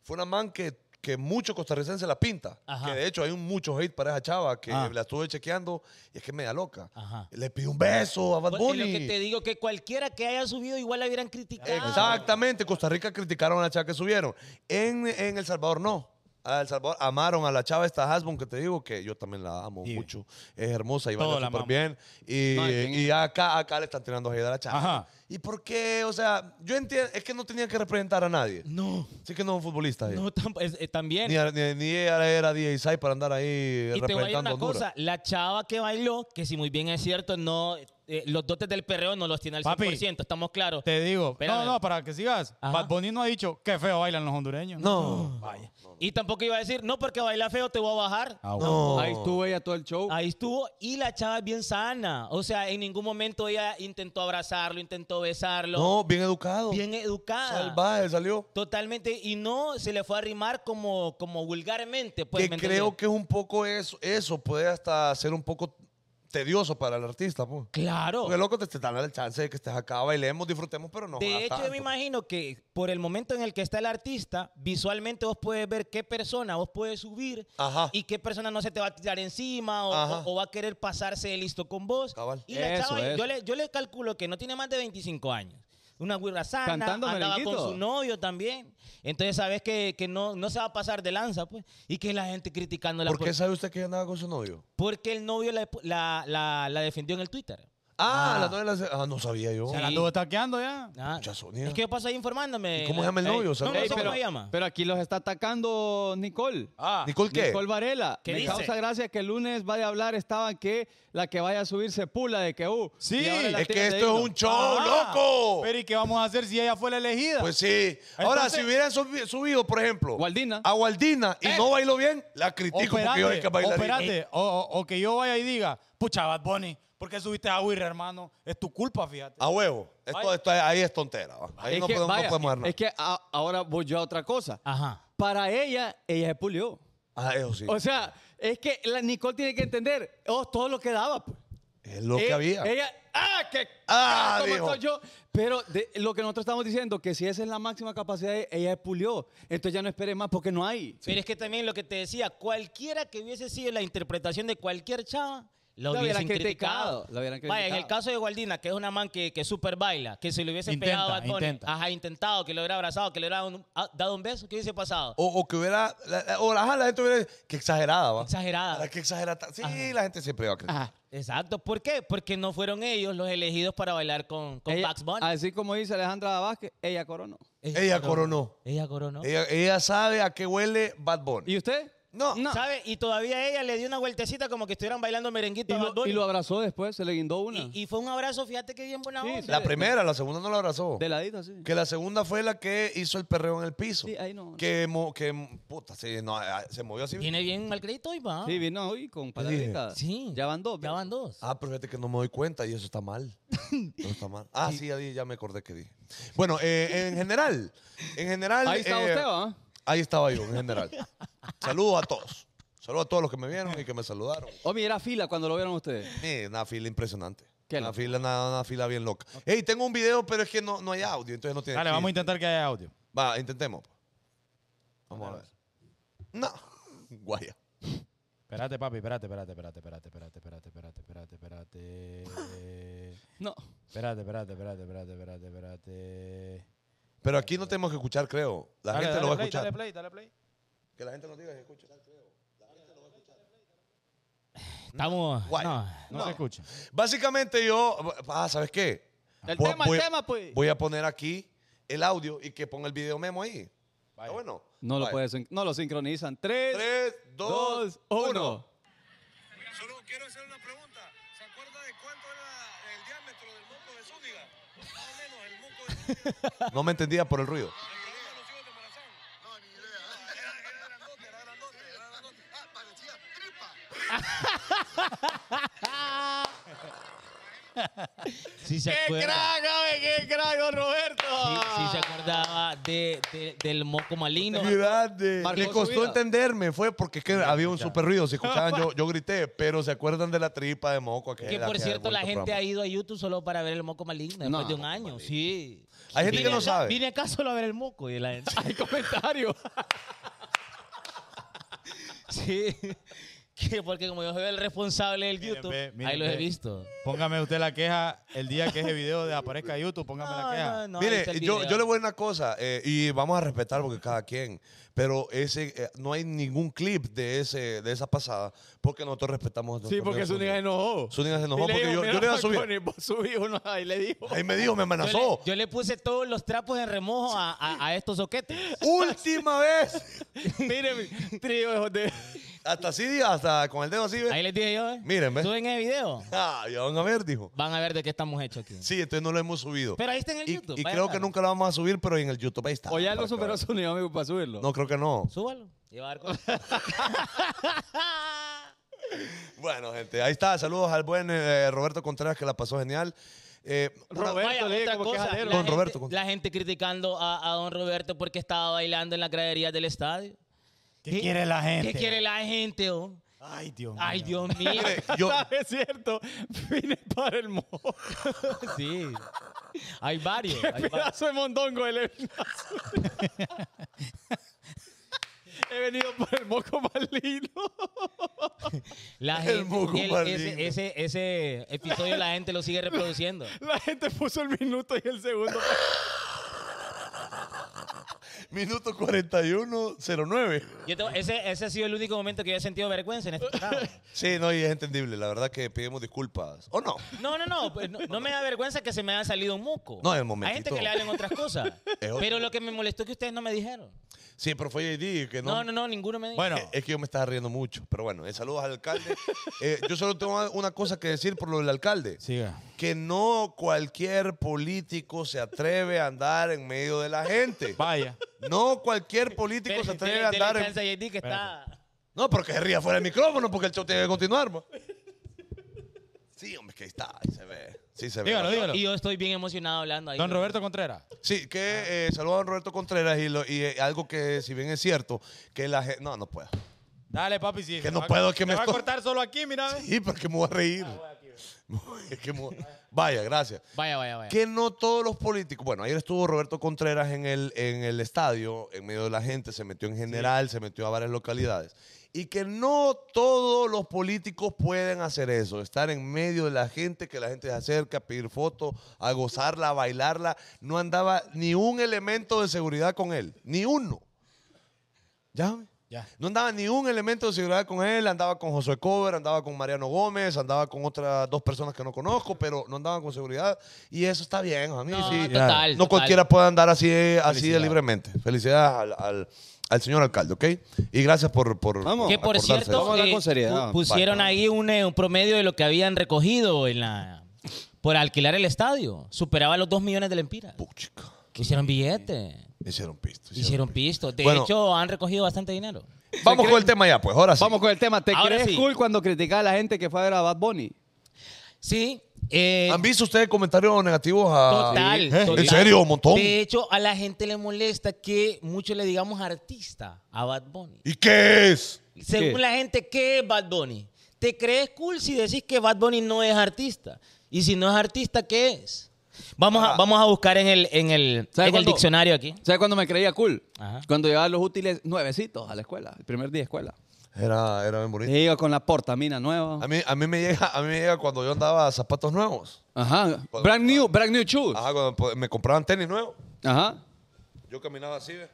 A: fue una man que que muchos costarricenses la pinta.
C: Ajá.
A: Que de hecho hay un mucho hate para esa chava que
D: Ah.
A: la estuve chequeando y es que es media loca.
C: Ajá.
A: Le pidió un beso a Bad
C: Pues, y
A: Bunny.
C: lo que te digo que cualquiera que haya subido igual la hubieran criticado.
A: Exactamente, Costa Rica criticaron a la chava que subieron. En, en El Salvador no. A El Salvador amaron a la chava esta Hasbun que te digo que yo también la amo
D: Sí.
A: mucho. Es hermosa y
D: Todos
A: baila
D: la
A: súper
D: amamos.
A: bien. Y,
B: No, es bien-
A: y acá, acá le están tirando hate a la chava.
D: Ajá.
A: ¿Y por qué? O sea, yo entiendo, es que no tenía que representar a nadie.
C: No,
A: Así que no es un futbolista. ella.
C: no, tam- es- eh, también.
A: Ni, a- ni- ni ella era DJ Sai para andar ahí
C: Y te voy a decir
A: representando
C: una
A: a Honduras.
C: cosa, la chava que bailó, que si muy bien es cierto, no eh, los dotes del perreo no los tiene al
D: Papi,
C: 100%, estamos claros.
D: Te digo.
C: Espérame.
D: No, no, para que sigas.
C: Ajá.
D: Bad Bunny no ha dicho qué feo bailan los hondureños.
A: No.
D: Vaya.
C: Y tampoco iba a decir, no, porque baila feo, te voy a bajar.
D: Ah, bueno.
A: No.
B: Ahí estuvo ella todo el show.
C: Ahí estuvo y la chava es bien sana. O sea, en ningún momento ella intentó abrazarlo, intentó besarlo.
A: No, bien educado.
C: Bien educada.
A: Salvaje salió.
C: Totalmente. Y no se le fue a arrimar como, como vulgarmente. Pues,
A: que
C: ¿me
A: creo
C: entendés?
A: que es un poco eso. Eso puede hasta ser un poco tedioso para el artista, pues.
C: Claro.
A: Porque loco, te, te dan el chance de que estés acá, bailemos, disfrutemos, pero no. jodas
C: De hecho, yo
A: tanto.
C: me imagino que por el momento en el que está el artista, visualmente vos puedes ver qué persona vos puedes subir
A: Ajá.
C: y qué persona no se te va a tirar encima o,
A: Ajá.
C: o- o va a querer pasarse de listo con vos.
A: Cabal.
C: Y la
B: Eso,
C: chava,
B: eso.
C: Yo, le, yo le calculo que no tiene más de 25 años. Una güira sana,
B: Cantando
C: andaba
B: merenguito.
C: con su novio también. Entonces sabes que, que no, no se va a pasar de lanza, pues. Y que la gente criticándola.
A: ¿Por
C: por-
A: qué sabe usted que ella andaba con su novio?
C: porque el novio la, la- la- la defendió en el Twitter.
A: Ah, la novia la- Ah, no sabía yo.
D: Se la anduvo taqueando ya.
C: Ah,
A: Mucha Sonia.
C: es que yo paso ahí informándome.
A: ¿Y cómo se llama el
C: Ey,
A: novio?
C: No, no
A: Ey,
C: sé
B: pero,
C: cómo se llama.
B: pero aquí los está atacando Nicole.
D: Ah.
A: ¿Nicole qué?
B: Nicole Varela.
C: ¿Qué
B: me
C: dice?
B: causa gracia que el lunes vaya a hablar estaban que la que vaya a subir se pula de que uh.
D: Sí,
B: y ahora la
A: Es que
B: tienen de
A: esto es
B: ídolo.
A: un show,
D: Ah,
A: loco.
D: Pero ¿y qué vamos a hacer si ella fue la elegida?
A: Pues sí. Ahora,
D: Entonces-
A: si hubieran subi- subido, por ejemplo,
B: Gualdina.
A: a Waldina y no bailó bien, la critico porque yo hay
D: Operate,
A: que bailar.
D: operate. O, o- o que yo vaya y diga, pucha, Bad Bunny, ¿por qué subiste a Wirra, hermano? Es tu culpa, fíjate.
A: A huevo. Esto, esto- ahí es tontera. va. Ahí
B: Es
A: no,
B: que,
A: podemos, no
B: vaya,
A: podemos hacer nada.
B: Es que a- ahora voy yo a otra cosa.
C: Ajá.
B: Para ella, ella se pulió.
A: Ah, eso sí.
B: O sea, es que la Nicole tiene que entender oh, todo lo que daba. pues.
A: es lo que
B: Ella-
A: había.
B: Ella, ah, que
A: Ah,
B: como
A: dijo.
B: estoy yo. Pero de- lo que nosotros estamos diciendo, que si esa es la máxima capacidad, ella se pulió. Entonces ya no espere más porque no hay.
C: Pero es que también lo que te decía, cualquiera que hubiese sido la interpretación de cualquier chava, Lo
B: Lo
C: hubiesen
B: hubieran criticado,
C: criticado.
B: lo hubieran
C: Vaya, en el
B: criticado.
C: caso de Gualdina, que es una man que, que super baila, que si le hubiese
D: Intenta,
C: pegado a Bad Bunny,
D: intenta.
C: ajá, intentado, que le hubiera abrazado, que le hubiera un- ah, dado un beso, ¿qué hubiese pasado?
B: Oh.
A: O, o que hubiera. la- la- o ajá, la gente hubiera. Qué exagerada, va.
C: Exagerada.
A: Ahora, Qué exagerada. Sí, la gente siempre va a creer.
C: Ajá, Exacto. ¿Por qué? Porque no fueron ellos los elegidos para bailar con, con
B: Ella-
C: Bugs Bunny.
B: Así como dice Alejandra Vázquez, ella coronó.
A: Ella coronó.
C: Ella coronó.
A: Ella, ella sabe a qué huele Bad Bunny.
B: ¿Y usted?
A: No.
C: ¿Sabe? Y todavía ella le dio una vueltecita como que estuvieran bailando merenguito
B: Y
C: a Bad
B: lo,
C: Bunny.
B: y lo abrazó después, se le guindó una.
C: Y- y fue un abrazo, fíjate que bien buena
B: Sí,
C: onda.
B: sí.
A: la primera, la segunda no la abrazó.
B: de ladito, así.
A: Que la segunda fue la que hizo el perreo en el piso.
B: Sí, ahí no.
A: Que, mo- que puta, sí, no, ah, se movió así.
C: Viene bien mal crédito hoy, va.
B: Sí, vino hoy con pataditas.
C: Sí.
B: Ya van dos.
C: Ya van dos.
A: Ah, pero fíjate que no me doy cuenta y eso está mal. No está mal. Ah, sí, ya, di- ya me acordé que dije. Bueno, eh, en general, en general.
B: Ahí está
A: eh,
B: usted, ¿va?
A: Ahí estaba yo, en general. Saludos a todos. Saludos a todos los que me vieron y que me saludaron.
B: O Oh, mira fila cuando lo vieron ustedes.
A: Eh, una fila impresionante.
B: Qué
A: Una
B: loco.
A: fila, una, una fila bien loca. Hey, tengo un video, pero es que no, no hay audio, entonces no tiene.
D: Dale, vamos a
A: chiste.
D: intentar que haya audio.
A: Va, intentemos. pues. Vamos a ver. No. Guaya.
D: Espérate, papi, espérate, espérate, espérate, espérate, espérate, espérate, espérate, espérate, espérate.
B: No.
D: Espérate, espérate, espérate, espérate, espérate, espérate.
A: Pero aquí no tenemos que escuchar, creo. La
D: Dale,
A: gente
D: dale
A: lo va a
D: play,
A: escuchar.
D: Dale play, dale play.
A: Que la gente no diga que escucha.
C: Estamos.
B: Mm.
A: Guay.
C: no.
D: No, se escucha.
A: Básicamente yo. Ah, ¿sabes qué?
B: El
A: Voy-
B: tema,
A: voy-
B: el tema, pues.
A: Voy a poner aquí el audio y que ponga el video memo ahí.
D: Vaya.
A: Está bueno.
B: No lo,
A: Vaya.
B: puede sin- no lo sincronizan. Tres,
A: Tres, dos,
B: dos, uno.
A: Solo quiero hacer una pregunta. ¿Se acuerda de cuánto era el diámetro del moco de Zúñiga? Más o menos el moco de Zúñiga. No me entendía por el ruido.
C: Sí se acuerda.
B: ¡Qué crago, Roberto!
C: Sí, sí se acordaba de, de- del moco malino.
A: Grande.
B: Marcó
A: Le
B: su
A: costó
B: vida.
A: entenderme, fue porque es que había un super ruido. Si escuchaban, yo, yo grité, pero se acuerdan de la tripa de moco. aquella
C: Que por
A: aquella
C: cierto, la
A: bonito
C: gente
A: programa.
C: ha ido a YouTube solo para ver el moco maligno después
B: No,
C: de un año. Sí.
A: Hay gente que
C: Vine
A: no
C: acá-
A: sabe.
C: Vine acá solo a ver el moco y la gente.
B: Hay comentario.
C: Sí. Que porque como yo soy el responsable del
D: Miren,
C: YouTube,
D: ve, miren,
C: ahí los
D: ve.
C: he visto.
D: Póngame usted la queja el día que ese video de aparezca en YouTube, póngame la queja.
C: no, ahí
A: Mire,
C: está el
A: yo,
C: video.
A: yo le voy a decir una cosa, eh, y vamos a respetar porque cada quien, pero ese eh, no hay ningún clip de ese de esa pasada porque nosotros respetamos.
B: Sí, porque Zúñiga se enojó.
A: Zúñiga se enojó
B: Y le
A: porque
B: dijo,
A: yo- yo
B: "Mira,
A: le iba a subir".
B: Marconi, vos subí uno ahí, le dijo.
A: Ahí me dijo, me
C: Yo le-
A: amenazó.
C: Yo le, puse todos los trapos en remojo a, a- a estos soquetes.
A: Última vez.
B: Miren, trío de joder.
A: Hasta así, hasta con el dedo así.
C: Ahí
A: ¿ve?
C: les dije yo, eh.
A: Miren, ¿ves?
C: Suben el video.
A: Ah, ya van a ver, dijo.
C: Van a ver de qué estamos hechos aquí.
A: Sí, entonces no lo hemos subido.
C: Pero ahí está en el
A: y,
C: YouTube.
A: Y
C: vayan
A: creo
C: a
A: que
C: verlo.
A: nunca lo vamos a subir, pero en el YouTube ahí está.
B: O ya lo
A: Para
B: superó
A: que
B: su nivel, amigo, para subirlo.
A: vean. No, creo que no.
C: Súbalo. Y va a dar cuenta.
A: Bueno, gente, ahí está. Saludos al buen eh, Roberto Contreras que la pasó genial. Eh, una-
B: Roberto,
C: Vaya,
B: le digo
C: otra
B: como que
C: cosa,
B: jalero.
C: la
A: Don
C: gente-
A: Roberto, con-
C: La gente criticando a, a Don Roberto porque estaba bailando en la gradería del estadio.
D: ¿Qué, quiere la gente?
C: ¿Qué quiere la gente, oh?
D: Ay, Dios mío.
C: Ay, Dios mío. Ah,
A: yo,
B: Es cierto, vine para el mojo.
C: sí. Hay varios. hay varios.
B: Pedazo de mondongo, él es una basura. He venido por el moco malino.
C: La
A: El
C: gente-
A: moco
C: el-
A: maligno.
C: ese, ese, ese episodio la gente lo sigue reproduciendo.
B: La gente puso el minuto y el segundo.
A: minuto 4109.
C: Yo tengo- ese, ese ha sido el único momento que yo he sentido vergüenza en este programa.
A: Sí, no, y es entendible. La verdad que pedimos disculpas. ¿O no?
C: No, no, no, pues, no. no me da vergüenza que se me haya salido un moco.
A: No, el momentito.
C: Hay gente que le hablan otras cosas.
A: Es otro.
C: pero lo que me molestó es que ustedes no me dijeron.
A: Sí, pero fue JD que no.
C: No, no, no, ninguno me dijo.
D: Bueno,
A: Eh, Es que yo me estaba riendo mucho, pero bueno, eh, saludos al alcalde. Eh, yo solo tengo una cosa que decir por lo del alcalde.
D: siga.
A: Que no cualquier político se atreve a andar en medio de la gente.
D: Vaya.
A: No cualquier político se atreve a andar en...
C: JD que está...
A: No, porque se ría fuera del micrófono, porque el show tiene que continuar. ma. Sí, hombre, que ahí está, ahí se ve. Sí, se ve.
D: Dígalo, dígalo.
C: Y yo estoy bien emocionado hablando ahí.
D: Don Roberto Contreras.
A: Sí, que
D: Ah.
A: eh, saludo a don Roberto Contreras y, lo- y, eh, algo que, si bien es cierto, que la gente. No, no puedo.
D: Dale, papi, sí.
A: Que no puedo, que me
D: va a
A: estoy-
D: cortar solo aquí, mira. ve.
A: Sí, porque me voy a reír.
D: Ah,
A: Es que me voy- Vaya, gracias.
C: Vaya, vaya, vaya.
A: Que no todos los políticos. Bueno, ayer estuvo Roberto Contreras en el, en el estadio, en medio de la gente, se metió en general, se metió a varias localidades. y que no todos los políticos pueden hacer eso, estar en medio de la gente, que la gente se acerca, pedir fotos, a gozarla, a bailarla. No andaba ni un elemento de seguridad con él, ni uno. Ya.
D: Ya.
A: No andaba ni un elemento de seguridad con él, andaba con Josué Cover, andaba con Mariano Gómez, andaba con otras dos personas que no conozco, pero no andaban con seguridad. Y eso está bien, a mí
C: No,
A: sí.
C: total,
A: no
C: total.
A: cualquiera puede andar así, así de
D: Felicidades.
A: libremente. Felicidades al, al- al señor alcalde, ¿ok? Y gracias por. por
B: Vamos.
A: por
C: Que por
A: acordarse de
C: cierto,
B: Vamos a hablar
C: eh,
B: con seriedad.
C: pu- pusieron
A: Vale.
C: ahí un, eh, un promedio de lo que habían recogido en la por alquilar el estadio. Superaba los 2 millones de lempiras.
A: eso. Puchica,
C: Hicieron billete.
A: Hicieron pisto.
C: Hicieron pisto. De
A: Bueno.
C: hecho, han recogido bastante dinero.
A: Vamos con el tema ya, pues, ahora sí.
B: Vamos con el tema. ¿Te
C: Ahora
B: crees
C: sí.
B: cool cuando criticas a la gente que fue a ver a Bad Bunny?
C: Sí. eh,
A: ¿Han visto ustedes comentarios negativos a.
C: Total,
A: ¿Eh?
C: total.
A: En serio, un montón.
C: De hecho, a la gente le molesta que mucho le digamos artista a Bad Bunny.
A: ¿Y qué es?
C: Según
B: ¿Qué?
C: la gente, ¿qué es Bad Bunny? ¿Te crees cool si decís que Bad Bunny no es artista? Y si no es artista, ¿qué es? Vamos,
A: Ah.
C: a, vamos a buscar en el, en el,
B: ¿Sabe
C: en el
B: cuándo?
C: diccionario aquí.
B: ¿Sabes cuando me creía cool?
C: Ajá.
B: Cuando llevaba los útiles nuevecitos a la escuela, el primer día de escuela.
A: Era, era bien bonito.
B: Y iba con la portamina nueva.
A: A mí, a mí me llega, a mí me llega cuando yo andaba a zapatos nuevos.
B: Ajá.
A: Cuando-
B: Brand new, brand new shoes.
A: Ajá, cuando po- me compraban tenis nuevos.
B: Ajá.
A: Yo caminaba así, ¿ve?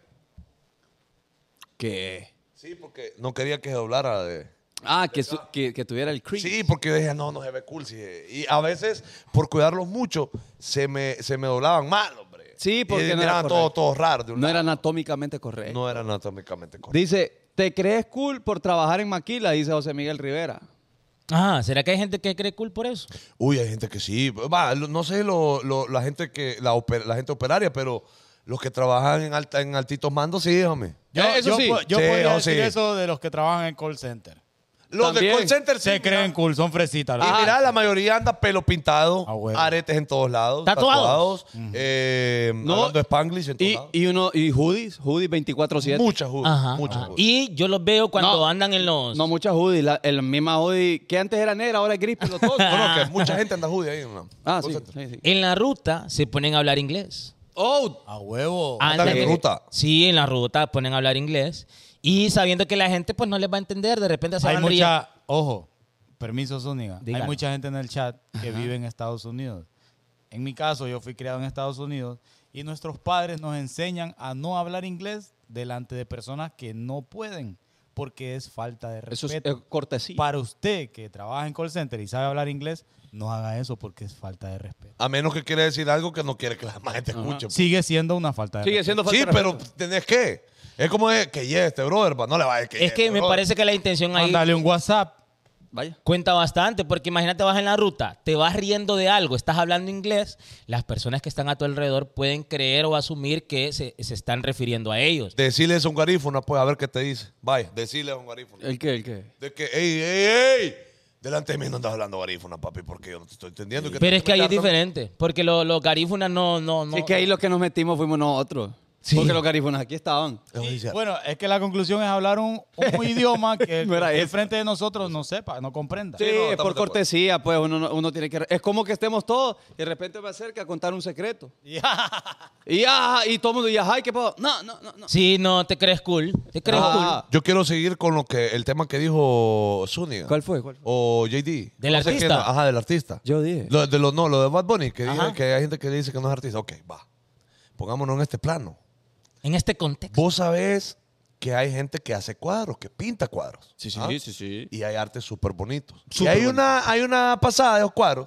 B: Que.
A: Sí, porque no quería que se doblara de.
B: Ah, que, su- que, que tuviera el crease.
A: Sí, porque yo dije, no, no se ve cool. sí. Y a veces, por cuidarlos mucho, se me, se me doblaban mal, hombre.
B: Sí,
A: Y
B: porque no era
A: miraban todo,
B: correcto.
A: todo raro. de un
B: No era
A: lado.
B: anatómicamente correcto.
A: No era anatómicamente correcto.
B: Dice, ¿te crees cool por trabajar en Maquila? Dice José Miguel Rivera.
C: Ajá, ¿será que hay gente que cree cool por eso?
A: Uy, hay gente que sí. Va, lo- no sé lo- lo- la gente que la, oper- la gente operaria, pero los que trabajan en, alta, en altitos mandos, sí, hombre.
B: Eh, eso
D: yo,
B: sí.
D: po- yo
A: Sí,
D: podría
A: oh,
D: decir
A: sí.
D: eso de los que trabajan en call center.
A: Los
B: También.
A: de call center sí,
D: Se
A: mira.
D: creen cool, son fresitas.
A: Y mira, la mayoría anda pelo pintado,
D: Ah, bueno.
A: aretes en todos lados,
C: Tatuados.
A: tatuados, eh, hablando spanglish en todos
B: Y,
A: lados.
B: y uno, y hoodies, hoodies 24-7.
A: Muchas judas,
C: Ajá.
A: muchas
C: ajá.
A: judas.
C: Y yo los veo cuando
B: No.
C: andan en los...
B: No, muchas hoodies. La, el misma hoodie que antes era negra, ahora es gris pelotudo.
A: No, no, que mucha gente anda judía ahí. ¿no?
B: ah, sí,
A: Call center.
B: sí, sí.
C: En la ruta se ponen a hablar inglés.
B: Oh,
D: A huevo.
A: Andan
C: Andan-
A: en ruta.
C: Sí, en la ruta ponen a hablar inglés. Y sabiendo que la gente pues no les va a entender, de repente se
D: Hay
C: van riendo.
D: mucha, ojo, permiso Zúñiga,
C: Dígalo.
D: hay mucha gente en el chat que vive en Estados Unidos. En mi caso, yo fui criado en Estados Unidos y nuestros padres nos enseñan a no hablar inglés delante de personas que no pueden porque es falta de
B: eso
D: respeto.
B: es eh, cortesía.
D: Para usted que trabaja en call center y sabe hablar inglés, no haga eso porque es falta de respeto.
A: A menos que quiera decir algo que no quiere que la gente escuche. Sí,
D: Sigue siendo una falta de
B: Sigue
D: respeto.
B: siendo falta de
A: pero
B: respeto.
A: tenés que. Es como de que yes, este brother, pa, no le vayas
C: Es que me parece que la intención ahí
D: Mándale un WhatsApp.
B: Vaya.
C: cuenta bastante, porque imagínate vas en la ruta, te vas riendo de algo, estás hablando inglés, las personas que están a tu alrededor pueden creer o asumir que se, se están refiriendo a ellos.
A: Decirle eso a un garífuna, pues, a ver qué te dice. Vaya, decirle a un garífuna.
B: ¿El qué? ¿El qué?
A: De que, ey, ey, ey. Delante de mí no andas hablando garífuna, papi, porque yo no te estoy entendiendo. ¿Qué
C: Pero
A: te-
C: es que ahí es
A: me estás hablando?
C: diferente, porque lo- los garífunas no... no, no
B: Es que ahí los que nos metimos fuimos nosotros. Porque los carifunas aquí estaban.
A: Eso dice-
D: Bueno, es que la conclusión es hablar un, un idioma que el
B: No era
D: que el
B: ese.
D: frente de nosotros no sepa, no comprenda.
B: Sí,
A: no,
B: es
A: estamos
B: por
A: de acuerdo.
B: cortesía, pues uno, no- uno tiene que... re- Es como que estemos todos y de repente me acerca a contar un secreto. Y, ajá, y todo el mundo, y ajá, ¿y qué puedo? No, no, no, no.
C: Sí, no, te crees cool, te crees
B: Ah.
C: cool.
A: Yo quiero seguir con lo que el tema que dijo Zúñiga.
B: ¿Cuál fue? ¿Cuál fue?
A: O JD.
C: ¿Del
A: No sé
C: artista?
A: quién, ajá, del artista.
B: Yo dije.
A: Lo, de lo, no, lo de Bad Bunny, que, dije
C: Ajá.
A: que hay gente que dice que no es artista. Ok, va. Pongámonos en este plano.
C: En este contexto.
A: Vos sabés que hay gente que hace cuadros, que pinta cuadros.
B: Sí, sí,
A: ¿ah?
B: sí, sí.
A: Y hay artes súper bonitos. y
B: Súper
A: hay una, hay una pasada de los cuadros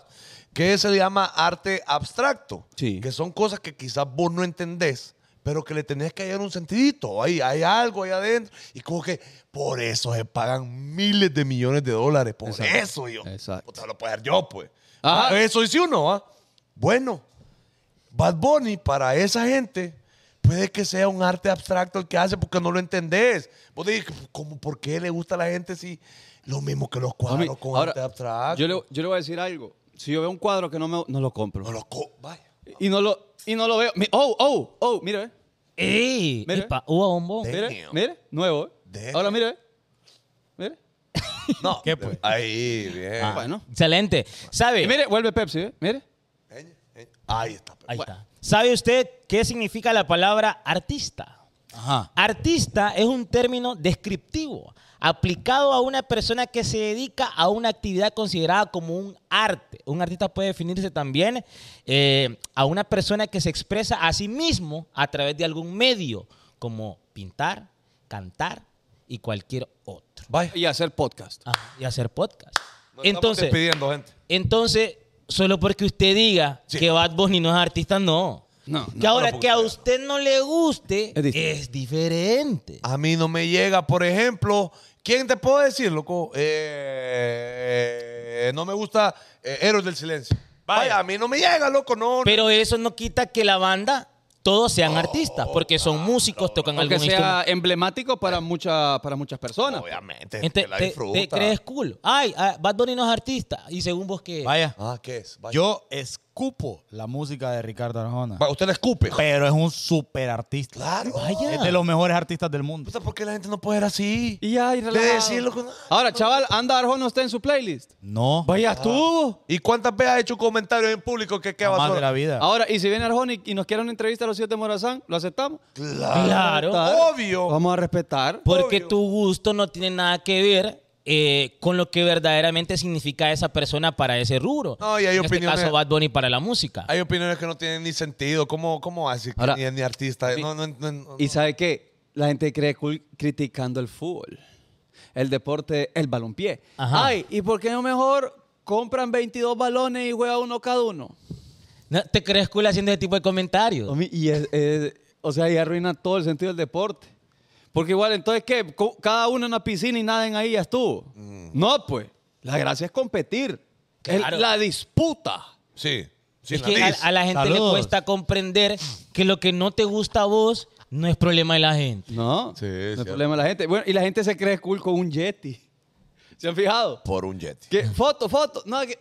A: que se llama arte abstracto.
B: Sí.
A: Que son cosas que quizás vos no entendés, pero que le tenés que hallar un sentidito. Ahí hay algo ahí adentro. Y como que por eso se pagan miles de millones de dólares. Por
B: Exacto.
A: eso yo.
B: Exacto.
A: Puta, lo puedo hacer yo, pues.
B: Ajá.
A: Ah, eso dice uno, ¿ah? Bueno, Bad Bunny para esa gente puede que sea un arte abstracto el que hace porque no lo entendés. Vos decís, ¿cómo, ¿por qué le gusta a la gente si lo mismo que los cuadros
B: Hombre,
A: con
B: ahora,
A: arte abstracto?
B: Yo le, yo le voy a decir algo. Si yo veo un cuadro que no me no lo compro.
A: No lo co- vaya.
B: Y no lo, y no lo veo. Mi- Oh, oh, oh, mire, ve.
C: ¡Ey!
B: Mira.
C: epa, uva bombón.
A: Sí.
B: mire,
A: Damn.
B: mire, nuevo. eh.
A: Damn.
B: Ahora mire, ve. mire. Ah,
A: No.
D: ¿Qué, pues?
A: Ahí, bien.
B: Bueno.
C: Excelente.
B: Y
C: ¿Sabe?
B: mire, vuelve Pepsi, ¿eh? mire.
A: Ahí, ahí. Ahí está. pues.
C: Ahí está. ¿Sabe usted qué significa la palabra artista?
D: Ajá.
C: Artista es un término descriptivo aplicado a una persona que se dedica a una actividad considerada como un arte. Un artista puede definirse también eh, a una persona que se expresa a sí mismo a través de algún medio, como pintar, cantar y cualquier otro.
B: Y hacer podcast.
C: Ah, y hacer podcast.
A: Nos estamos
C: Entonces,
A: despidiendo, gente.
C: entonces, solo porque usted diga
A: Sí.
C: que Bad Bunny no es artista, no.
B: No,
C: que ahora
A: no,
C: que a
A: porque-
C: usted no le guste,
B: Es
C: es,
B: distinto.
C: diferente.
A: A mí no me llega, por ejemplo, ¿quién te puedo decir, loco? Eh, eh, no me gusta eh, Héroes del Silencio. Vaya, a mí no me llega, loco, no. Oh, no.
C: Pero eso no quita que la banda, todos sean artistas, porque son músicos, tocan
B: Aunque
C: algún instrumento.
B: sea emblemático para, mucha, para muchas personas.
A: Obviamente,
C: Ente-
A: que la
C: te,
A: disfruta.
C: te crees cool. Ay, ah, Bad Bunny no es artista. Y según vos que...
D: Vaya,
A: Ah, ¿qué es? Vaya.
D: yo escupo la música de Ricardo Arjona,
A: Va, Usted la escupe.
D: pero es un super artista.
A: Claro. Pues,
C: Vaya.
D: Es de los mejores artistas del mundo.
A: Puta, ¿Por qué la gente no puede ser así?
B: Y ya, y relajado.
A: decirlo con-
B: Ahora, chaval, anda Arjona no está en su playlist.
D: No,
B: Vaya
A: Ah.
B: tú.
A: ¿Y cuántas veces ha hecho un comentario en público que qué
D: jamás
A: basura?
D: de la vida.
B: Ahora, y si viene Arjona y, y nos quiere una entrevista a los siete Morazán, ¿lo aceptamos? Pues,
C: Claro.
A: Obvio.
B: Vamos a respetar.
C: Porque
A: Obvio.
C: tu gusto no tiene nada que ver eh, con lo que verdaderamente significa esa persona para ese rubro.
A: No, y hay
C: en este
A: opiniones-
C: caso, Bad Bunny para la música.
A: Hay opiniones que no tienen ni sentido. ¿Cómo, cómo así?
B: Ahora-
A: ni, ni artista. No, no, no, no.
B: ¿Y sabe qué? La gente cree cool criticando el fútbol, el deporte, el balompié.
C: Ajá.
B: Ay, ¿y por qué no mejor compran 22 balones y juega uno cada uno?
C: No, ¿Te crees cool haciendo ese tipo de comentarios?
B: Homie, Y es- es- o sea, ya arruina todo el sentido del deporte. Porque igual, entonces, ¿qué? Co- Cada uno en una piscina y naden ahí ya estuvo. No, pues. La gracia es competir. Es
C: Claro.
B: la disputa.
A: Sí. sí,
C: es
A: la
C: que a,
A: dis.
C: a la gente le
D: Saludos.
C: cuesta comprender que lo que no te gusta a vos no es problema de la gente.
B: No.
A: Sí,
B: no hay
A: cierto.
B: problema de la gente. Bueno, y la gente se cree cool con un Yeti. ¿Se han fijado?
A: Por un jet.
B: ¿Qué? Foto, foto. No, que...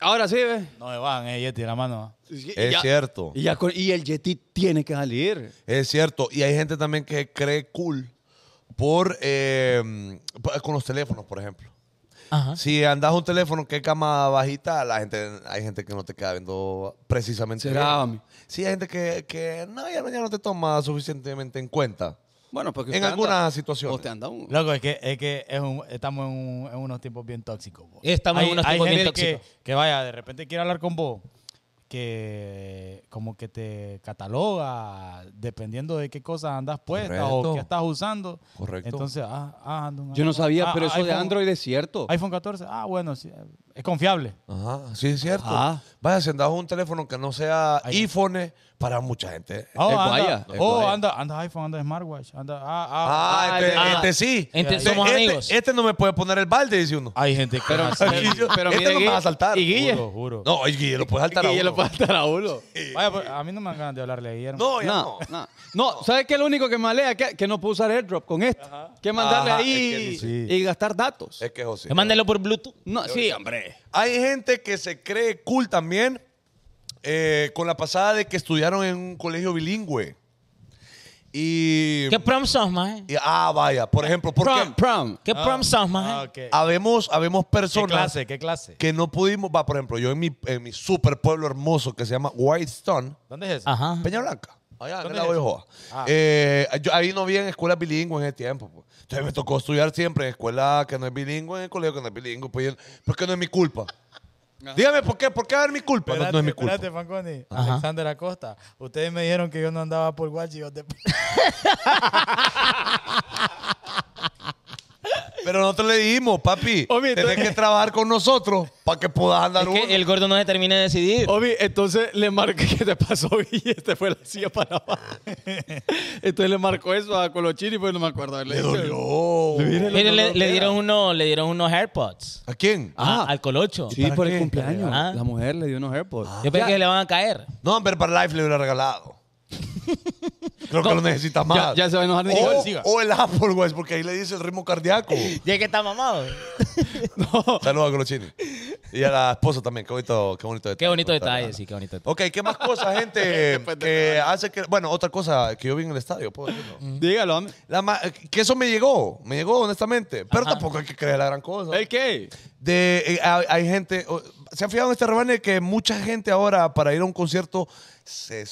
B: Ahora sí, ve.
D: No me van, eh, Yeti, la mano.
B: Y
A: Es
B: ya-
A: cierto.
B: Y, ya con- y el Yeti tiene que salir.
A: Es cierto. Y hay gente también que cree cool por eh, por- con los teléfonos, por ejemplo.
C: Ajá.
A: Si andas un teléfono que es cama bajita, la gente, hay gente que no te queda viendo precisamente.
B: Será,
A: bien.
B: homie.
A: Sí, hay gente que, que no, ya no, ya no te toma suficientemente en cuenta.
B: Bueno, porque
A: En
B: usted
A: algunas
B: anda-
A: situaciones.
B: usted anda un-
D: Loco, es que, es que es un- estamos en, un- en unos tiempos bien tóxicos. po.
C: Estamos en unos
D: hay
C: tiempos bien
D: gente que-
C: tóxicos.
D: Que, vaya, de repente quiere hablar con vos, que como que te cataloga dependiendo de qué cosas andas puesta
A: Correcto.
D: o qué estás usando.
A: Correcto.
D: Entonces, ah, ah, ando un
B: Yo no sabía,
D: ah,
B: pero
D: ah,
B: eso de
D: iPhone-
B: Android es cierto.
D: iPhone 14, ah, bueno, sí, es confiable.
A: Ajá, sí, es cierto.
B: Ajá.
A: Vaya, si andas un teléfono que no sea iPhone, para mucha gente.
D: Oh,
B: Es
D: anda,
B: guaya,
A: es
D: oh,
A: guaya.
D: anda, anda iPhone, anda smartwatch, anda, ah, ah,
A: Ah,
B: Ah,
A: este,
B: ah,
A: este sí.
C: Ente-
A: Este-
C: somos
A: este-
C: amigos.
A: Este no me puede poner el balde, dice uno.
D: Hay gente que
B: Pero-
D: es así,
B: pero- pero
A: este
B: mire,
A: no me
B: Guille-
A: va a saltar.
B: y Guille.
D: juro, juro.
A: No, el Guille lo puede saltar a
B: Y
A: uno.
B: lo puede estar a uno.
D: Vaya, pero a mí no me dan ganas de hablarle a Guillermo.
A: No, ya
B: No,
A: no.
B: no. No, ¿sabes qué? Lo único que me alea que, que no puedo usar AirDrop con esto. Que mandarle
A: Ajá,
B: ahí
A: es que
D: sí.
B: y gastar datos.
A: Es que José.
C: Mándalo Eh, por Bluetooth.
B: No, sí, hombre.
A: Hay gente que se cree cool también eh, con la pasada de que estudiaron en un colegio bilingüe. Y.
C: ¿Qué prom sos, maje?
A: y- ah, vaya. Por ejemplo, porque
B: Prom, prom.
C: ¿Qué prom sos, maje?
D: Ah, ok.
A: habemos, habemos
D: ¿Qué
A: personas
D: clase? ¿Qué clase?
A: que no pudimos. Va, por ejemplo, yo en mi, en mi super pueblo hermoso que se llama Whitestone.
D: ¿Dónde es eso?
C: Ajá.
A: Peña Blanca. Allá, en el
D: ¿Dónde
A: lado
D: es
A: de
D: eso?
A: Joa.
D: Ah.
A: Eh, yo- ahí no había escuelas bilingües en ese tiempo. pues. Entonces me tocó estudiar siempre en escuela que no es bilingüe, en el colegio que no es bilingüe. Pues, yo- porque no es mi culpa. Dígame, ¿por qué? ¿Por qué va a haber mi culpa? No,
D: Espérate,
A: no es mi culpa.
D: espérate, Fanconi.
C: Ajá.
D: Alexander Acosta. Ustedes me dijeron que yo no andaba por guachi. Yo te...
A: Pero nosotros le dijimos, papi,
B: Oye,
A: tenés que trabajar con nosotros para que puedas andar
C: Es
A: uno.
C: que el gordo no se termina de decidir.
B: Obi, entonces le marca ¿qué te pasó, Guille? Te fue la silla para abajo. entonces le marcó eso a Colochini, pues no me acuerdo. haberle
A: Le
B: dicho.
A: dolió.
B: Mire,
C: Mire,
B: lo-
C: le,
B: lo-
C: le dieron uno, le dieron unos AirPods
A: ¿A quién?
B: Ah.
C: a- al colocho.
B: Sí, por el
A: qué?
B: cumpleaños.
C: Ah.
B: La mujer le dio unos AirPods.
C: Yo pensé que le van a caer.
A: No, pero para Life le hubiera regalado. Creo que lo necesita
B: Ya,
A: más.
B: ya se va a enojar. Nicole.
A: o, o el Apple, güey, porque ahí le dice el ritmo cardíaco.
C: Ya que está mamado.
A: Saludos a Colochini. Y a la esposa también. Qué bonito, qué bonito detalle.
C: Qué bonito
A: Está-
C: detalle, sí, qué bonito detalle.
A: Ok, ¿qué más cosas, gente? que hace que. Bueno, otra cosa que yo vi en el estadio, puedo decirlo.
B: Dígalo, hombre.
A: La ma- eh, que eso me llegó, me llegó, honestamente. Pero tampoco hay que creer la gran cosa.
B: ¿El qué?
A: De, eh, hay, hay gente. o- ¿Se han fijado en este rebane que mucha gente ahora, para ir a un concierto, se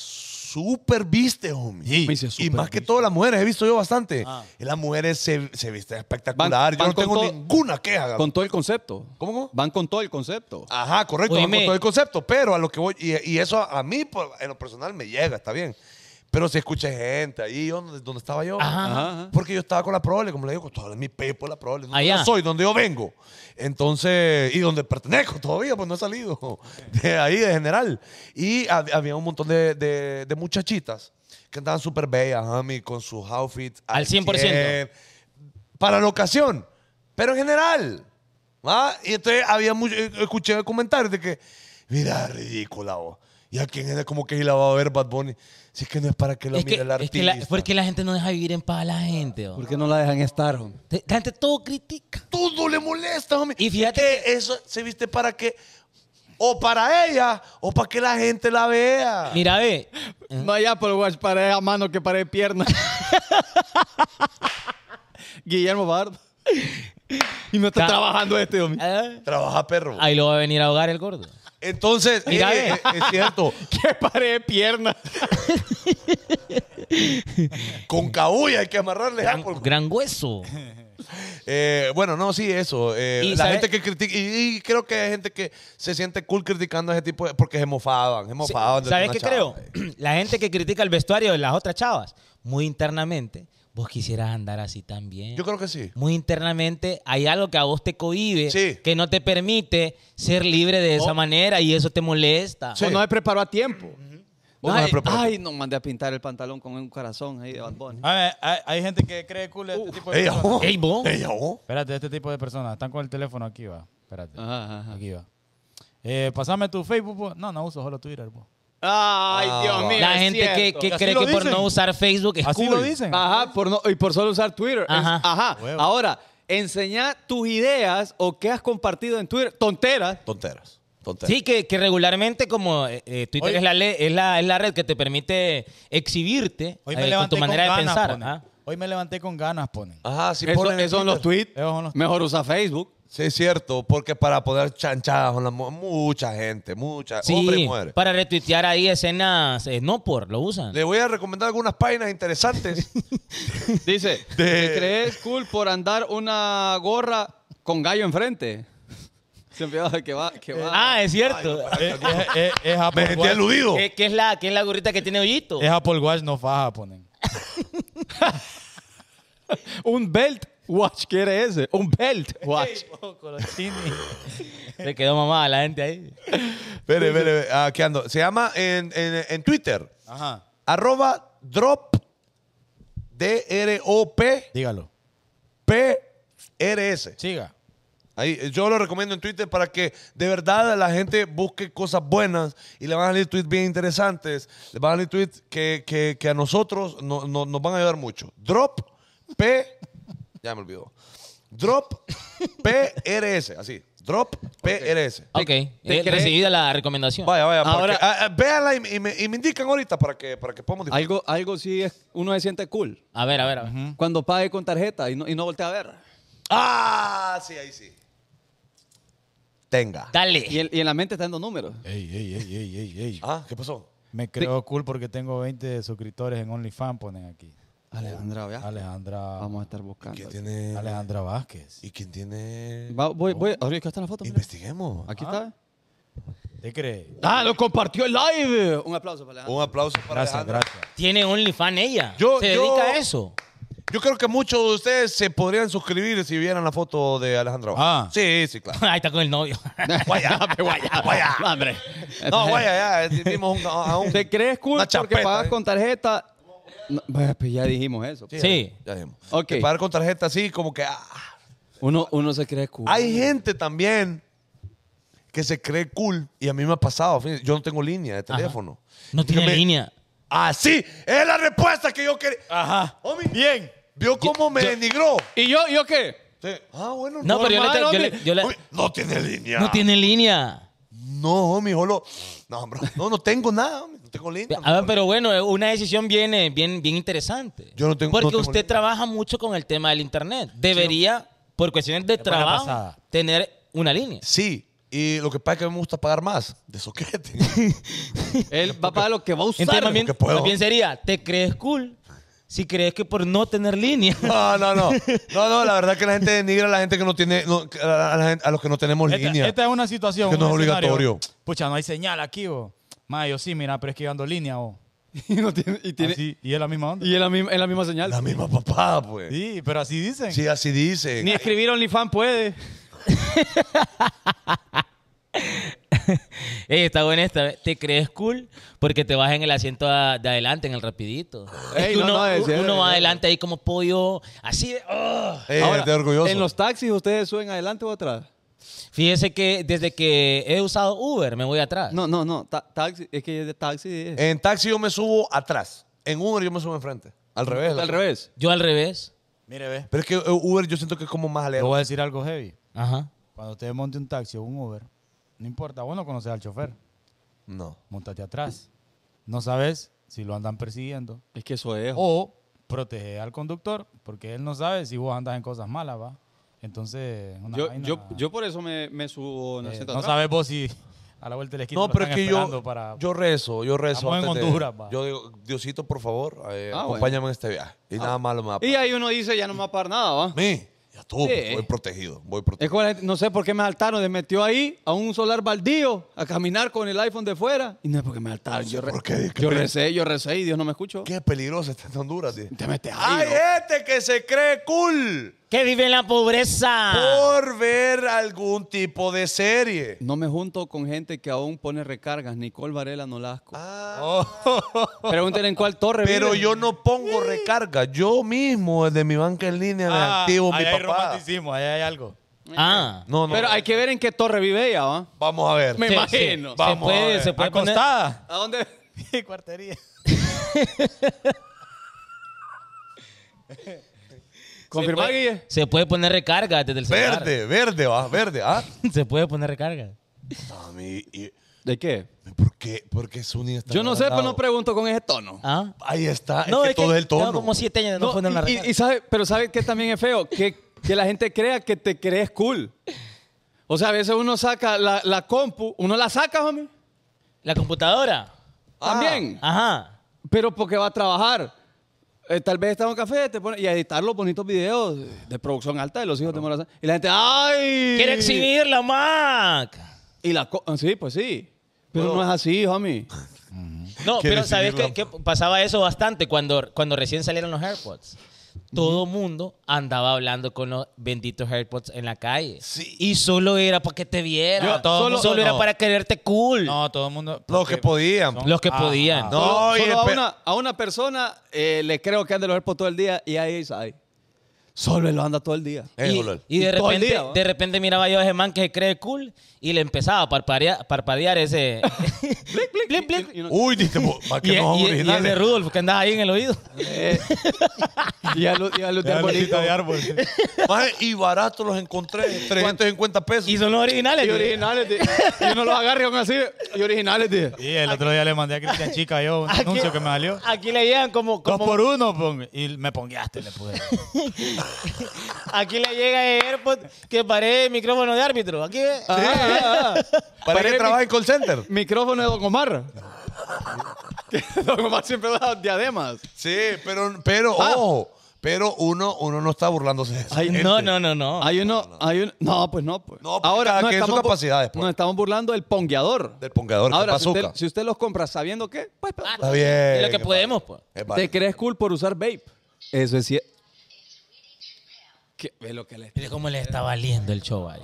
A: súper viste, homie.
B: Me dice,
A: y
B: "Súper
A: más que
B: viste".
A: todo las mujeres, he visto yo bastante. Y Las mujeres se, se visten espectacular.
B: Ah. Van-
A: yo
B: van
A: no
B: con
A: tengo
B: todo-
A: ninguna queja.
B: Con todo el concepto.
A: ¿Cómo, cómo?
B: Van con todo el concepto.
A: Ajá, correcto, van con
C: Oíme.
A: todo el concepto, pero a lo que voy, y, y eso a, a mí por- en lo personal me llega, está bien. Pero si escucha gente ahí yo, donde, donde estaba yo,
B: Ajá, ajá.
A: porque yo estaba con la prole, como le digo, con toda mi pepo la prole, donde
C: Allá.
A: yo soy, donde yo vengo. Entonces, y donde pertenezco todavía, pues no he salido de ahí de general. Y hab- había un montón de, de- de muchachitas que andaban súper bellas, mami, con sus outfits
C: Al 100%.
A: para la ocasión, pero en general. ¿va? Y entonces había mucho, eh, escuché comentarios de que, mira, ridícula vos. ¿Y a quién es como que la va a ver Bad Bunny? Si es que no es para que lo
C: Es
A: mire
C: que,
A: el
C: es
A: artista.
C: que la, porque la gente no deja vivir en paz a la gente. oh.
B: ¿Por qué no la dejan estar? hombre?
C: La gente todo critica.
A: Todo le molesta, homie.
C: Y fíjate
A: que, eso se viste para que, o para ella, o para que la gente la vea.
C: Mira, ve.
B: Eh. No hay Apple Watch para a mano que para pierna. Guillermo Bardo. Y no está
C: Ca-
B: trabajando este hombre.
C: ah,
A: Trabaja perro.
C: Ahí lo va a venir a ahogar el gordo.
A: Entonces,
C: Mira,
A: eh,
C: ve.
A: eh, es cierto,
B: Que pare de pierna.
A: con cabulla hay que amarrarle
C: Gran,
A: Apple.
C: gran hueso.
A: Eh, bueno, no, sí, eso. eh,
C: Y
A: la
C: sabe-
A: gente que critica. Y, y creo que hay gente que se siente cool criticando a ese tipo de. Porque se mofaban, se
C: Sí,
A: mofaban. de
C: ¿Sabes
A: una
C: qué
A: chava.
C: creo? La gente que critica el vestuario de las otras chavas, muy internamente, vos quisieras andar así también.
A: Yo creo que sí.
C: Muy internamente hay algo que a vos te cohibe,
A: Sí.
C: que no te permite ser libre de
D: Oh.
C: esa manera y eso te molesta.
A: Sí.
B: O no se preparó a tiempo.
A: O no
B: ay,
A: se preparó.
B: ay, no mandé a pintar el pantalón con un corazón ahí de Bad Bunny.
D: A ver, hay, hay gente que cree cool este tipo de
A: Ella,
D: personas.
A: oh,
C: Ey, vos.
A: ella, oh.
D: Espérate, este tipo de personas. Están con el teléfono aquí, va. Espérate.
B: Ajá, ajá, ajá.
D: Aquí va. Eh, pasame tu Facebook, po. No, no uso solo Twitter, po.
B: Ay, Dios mío.
C: La
B: es
C: gente que,
B: cierto.
C: que
D: Así
C: cree
D: lo
C: que por
D: dicen.
C: no usar Facebook es
D: Así
C: cool.
D: lo dicen.
B: Ajá, por no- y por solo usar Twitter. Es-
C: Ajá.
B: Ajá.
D: Huevo.
B: Ahora, enseñá tus ideas o qué has compartido en Twitter. Tonteras.
A: Tonteras. Tonteras.
C: Sí, que, que regularmente como eh, eh, Twitter
D: Hoy-
C: es la, le- es, la, es la red que te permite exhibirte
D: Hoy
C: eh,
D: me
C: con
D: levanté
C: tu
D: con,
C: manera de
D: ganas,
C: pensar.
D: ponen.
C: ¿ah?
D: Hoy me levanté con ganas, ponen.
A: Ajá, sí,
B: Eso-
A: ponen en
B: esos son los
A: Twitter.
B: tweets.
D: Esos son los
B: Mejor usa Facebook.
A: Sí, es cierto. Porque para poder chanchadas con la mu- mucha gente, mucha.
C: Sí,
A: Hombre y mujer.
C: para retuitear ahí escenas eh, no por, lo usan.
A: Le voy a recomendar algunas páginas interesantes.
B: Dice,
A: De-
B: ¿te crees cool por andar una gorra con gallo enfrente? Se empieza que va, que va.
C: ah, es cierto.
D: Es, es- es- Eh, es
A: Me
D: Apple
A: sentí
D: Watch.
A: aludido.
C: que, que es la, que es la gorrita que tiene hoyito.
D: Es Apple Watch, no faja, ponen.
B: un belt watch, ¿qué era ese? Un belt watch.
C: Se quedó mamada la gente ahí.
A: Espere, espere, espere. Aquí ando. Se llama en, en, en Twitter.
D: Ajá.
A: Arroba drop. D-R-O-P.
D: Dígalo.
A: P-R-S.
D: Siga.
A: Ahí, eh, yo lo recomiendo en Twitter para que de verdad la gente busque cosas buenas y le van a salir tweets bien interesantes. Le van a salir tweets que, que- que a nosotros no- no- nos van a ayudar mucho. Drop P. Ya me olvidó. Drop PRS. Así. Drop PRS.
C: Ok, eh,
B: crees?
C: recibida la recomendación.
A: Vaya, vaya. para
B: Ahora-
A: que- ah, ah, véanla y, y me, y me indican ahorita para que, para que podamos disfrutar.
B: Algo, algo sí es, uno se siente cool.
C: A ver, a ver, a ver.
B: Cuando pague con tarjeta y no, y no voltea a ver.
A: Eh. Ah, sí, ahí sí. Tenga.
B: Y
C: Dale.
B: en, y en la mente está dando números.
A: Eh.
D: Ey, ey, ey, ey, ey, ey.
A: Ah, ¿qué pasó?
D: Me creo cool porque tengo 20 suscriptores en OnlyFans, ponen aquí.
B: Alejandra, vea.
D: Alejandra.
B: Vamos a estar buscando.
A: ¿Quién tiene?
D: Alejandra Vázquez.
A: ¿Y quién tiene?
B: Va- voy, voy,
A: Oh.
B: ahorita acá está la foto. mira.
A: Investiguemos.
B: Aquí está.
D: ¿Te cree?
B: Ah, lo compartió el live. Un aplauso para Alejandra.
A: Un aplauso para
D: Gracias,
A: Alejandra.
D: gracias.
C: Tiene OnlyFans ella.
A: Yo-
C: Se
A: yo-
C: dedica a eso.
A: Yo creo que muchos de ustedes se podrían suscribir si vieran la foto de Alejandra. Vázquez.
D: Ah.
A: Sí, sí, claro.
C: Ahí está con el novio.
A: Guaya, guaya.
B: Hombre.
A: No, guaya, ya. Vimos un- a un-
B: ¿Te crees cool
A: Una
B: porque
A: champeta,
B: pagas
A: eh.
B: con tarjeta? No, bueno, pues ya dijimos eso.
A: ya,
C: Sí.
A: Ya vimos.
B: Ok.
A: Que Pagar con tarjeta así, como que. ah.
B: Uno, uno se cree cool.
A: Hay gente también que se cree cool y a mí me ha pasado. fíjense, Yo no tengo línea de teléfono.
C: No
A: Porque
C: tiene
A: me-
C: línea.
A: Ah, sí. Es la respuesta que yo quería.
D: Ajá.
A: Homie,
D: Bien.
A: ¿Vio cómo me denigró?
B: ¿Y yo, yo qué?
A: Sí. Ah, bueno.
C: No, pero yo
B: Normal,
C: le, yo le-
B: hombre.
C: yo le-
A: Homie, No tiene línea.
C: No tiene línea.
A: No, homie, solo. No, bro. No, no tengo nada, homie, No tengo línea.
C: A ver, Ah, pero bueno, es una decisión bien, eh, bien, bien interesante.
A: Yo no tengo-
C: Porque
A: no tengo
C: usted
A: línea.
C: trabaja mucho con el tema del internet. Debería, por cuestiones de
D: buena
C: trabajo,
D: pasada.
C: tener una línea.
A: Sí, Y lo que pasa es que a mí me gusta pagar más. De soquete.
B: Él va a pagar lo que va a usar.
C: Entonces, más bien,
A: porque puedo.
C: más bien sería, ¿te crees cool? Si crees que por no tener línea.
A: No, no, no. No, no, la verdad que la gente denigra a la gente que no tiene. no, a, la gente- a los que no tenemos
D: Esta,
A: línea.
D: esta es una situación.
A: Que no
D: un
A: es
D: escenario.
A: obligatorio.
D: Pucha, no hay señal aquí, vos. Mayo, yo sí, mira, pero es que yo ando línea, vos.
B: y, no tiene- y tiene-
D: Así, y es la misma onda.
B: y es, la misma, es la misma señal.
A: Ah, La misma papada, pues. Sí,
D: Sí, pero así dicen.
A: así dice.
B: Ni escribir OnlyFans puede.
C: Ey, está buena esta. ¿Te crees cool? Porque te vas en el asiento a- de adelante, en el rapidito.
B: Ey,
C: Es que
B: no,
C: uno,
B: no, es
C: uno
B: cierto,
C: va
B: es
C: adelante ahí como pollo, así de... ¡oh!
A: Eh,
B: Ahora,
A: de orgulloso.
B: En los taxis, ¿ustedes suben adelante o atrás?
C: Fíjese que desde que he usado Uber me voy atrás.
B: No, no, no. ta- taxi, es que es de taxi. es-
A: En taxi yo me subo atrás. En Uber yo me subo enfrente. Al revés. la-
B: Al revés.
C: Yo al revés.
D: Mire, ve.
A: Pero es que eh, Uber yo siento que es como más
D: Le
A: aleatorio.
D: voy a decir algo heavy.
C: Ajá.
D: Cuando usted monte un taxi o un Uber, no importa, vos no conoces al chofer.
A: No.
D: Montate atrás. No sabes si lo andan persiguiendo.
B: Es que eso es.
A: Oh,
D: O protege al conductor, porque él no sabe si vos andas en cosas malas, va. Entonces, una
B: yo,
D: vaina-
B: yo, yo por eso me, me subo en el
D: Eh,
B: asiento
D: no
B: atrás.
D: sabes vos si a la vuelta de la esquina
A: No,
D: lo
A: pero es
D: están
A: que
D: esperando
A: yo,
D: para...
A: yo rezo, yo rezo.
D: Estamos en
A: antes de-
D: Honduras, va.
A: yo digo, Diosito, por favor, eh,
B: Ah,
A: acompáñame en este viaje. Y nada malo me va a
B: Y ahí uno dice, ya no me va a pagar nada, ¿va?
A: pasar. mí, ya estuvo,
B: Sí.
A: voy protegido, voy
B: Es
A: protegido.
B: como la gente- no sé por qué me saltaron, me metió ahí a un solar baldío a caminar con el iPhone de fuera. Y no es porque me saltaron. Yo, re-
A: ¿Por qué? ¿Qué
B: yo
A: pe-
B: recé, yo recé y Dios no me escuchó. eh.
A: Qué peligroso está en Honduras, tío.
B: Te metes ahí.
A: Hay
B: loco.
A: gente que se cree cool
C: Que vive en la
B: Ah.
C: pobreza.
A: por ver algún tipo de serie.
B: No me junto con gente que aún pone recargas. Nicole Varela no lasco.
A: Ah,
B: Pregúntenle en cuál torre
A: pero
B: vive.
A: yo no pongo recarga. Yo mismo, desde mi banca en línea, me
D: Ah,
A: activo mi
D: ahí hay
A: papá.
D: romanticismo, ahí hay algo.
C: Ah.
A: No, no.
B: Pero hay que ver en qué torre vive ella, ¿va?
A: Vamos a ver.
B: Me
C: Sí,
B: imagino.
C: sí.
A: Vamos,
C: se
A: a
C: puede,
A: ver.
C: se puede poner-
D: Acostada.
B: ¿A dónde?
D: Cuartería.
B: ¿Confirmar, Guille?
C: Se puede poner recarga desde el celular.
A: Verde, verde, va, verde, ¿ah?
C: Se puede poner recarga.
A: No, mi- y-
B: ¿De qué?
A: ¿Por qué? ¿Por qué Zúñiga está
B: Yo no sé, pero no
A: agarrado?
B: pregunto con ese tono.
C: Ah.
A: Ahí está, es que todo es el
C: Tengo
A: tono.
C: como siete años de no,
B: No,
C: poner la
B: y- y-
C: recarga.
B: y sabe- pero ¿sabes qué también es feo? Que, que la gente crea que te crees cool. O sea, a veces uno saca la, la compu, uno la saca, homie,
C: La computadora.
B: también,
C: Ajá.
B: pero porque va a trabajar. Eh, tal vez está en un café te pone, y a editar los bonitos videos de producción alta de los hijos de Morazán. Y la gente, ¡ay!
C: Quiere exhibir la Mac.
B: Y la co- sí, pues sí. Pero no es así, homie.
C: No,
A: Quiere
C: pero ¿sabes
A: exhibir
C: qué,
A: la
C: qué pasaba eso bastante cuando, cuando recién salieron los AirPods? Todo mundo andaba hablando con los benditos AirPods en la calle.
A: Sí.
C: Y solo era para que te vieran.
D: Yo- todo
C: solo
D: mundo-
C: solo era
D: no.
C: para quererte cool.
D: No, todo el mundo...
A: Los que podían.
D: son-
C: Los que
D: Ah,
C: podían.
D: ah.
A: No,
B: Solo-
A: oye,
B: solo a,
A: pe-
B: una, a una persona eh, le creo que ande los AirPods todo el día y ahí es ahí. Solo él lo anda todo el día.
A: Eh,
C: Y,
A: Jolol.
C: y de,
B: Y todo el
C: repente,
B: día, ¿va?
C: de repente miraba yo a ese man que se cree cool y le empezaba a parpadear, parpadear ese... Blic, blic, blic, blic.
B: Y uno-
A: Uy, dice, po- ¿para
C: Y,
A: qué no son
C: y- y ese
A: originales?
C: Rudolf que andaba ahí en el oído.
B: Eh, y a luz, y a luz de
D: Ya,
B: arbolito.
D: lucita de árbol.
A: Maje, y barato los encontré, 350 pesos.
C: Y son los originales.
B: Y originales, tío. Y uno los agarra y aún así. Y originales, tío.
D: Y el otro día le mandé a Cristian Chica yo un anuncio que me salió.
A: Ah,
C: Aquí le llegan como...
D: Dos
C: como
D: por uno, pon- y me pongueaste, le puse.
C: Aquí le llega el AirPod que paré el micrófono de árbitro. Aquí ve.
B: Ah, ah, ah.
A: ¿Para qué trabaja en call center?
B: Micrófono de Don Omar. Que Don Omar siempre da diademas.
A: Sí, pero, pero
C: Ah.
A: ojo, pero uno, uno no está burlándose de eso.
B: Ay,
C: No, no, no, no.
B: Hay uno, hay uno. No, pues no. Pues.
A: No, pues, cada quien sus
B: bu-
A: capacidades, pues.
B: nos estamos burlando del pongueador.
A: Del pongador, que
B: Ahora, si
A: bazooka.
B: usted, si usted los compra sabiendo qué, pues
A: Está bien.
C: Es lo que podemos, pues.
A: Es
B: te
A: válido.
B: crees cool por usar vape. Eso es cierto. ¿Qué? Ve lo que le
C: Mire cómo le está valiendo el show ahí.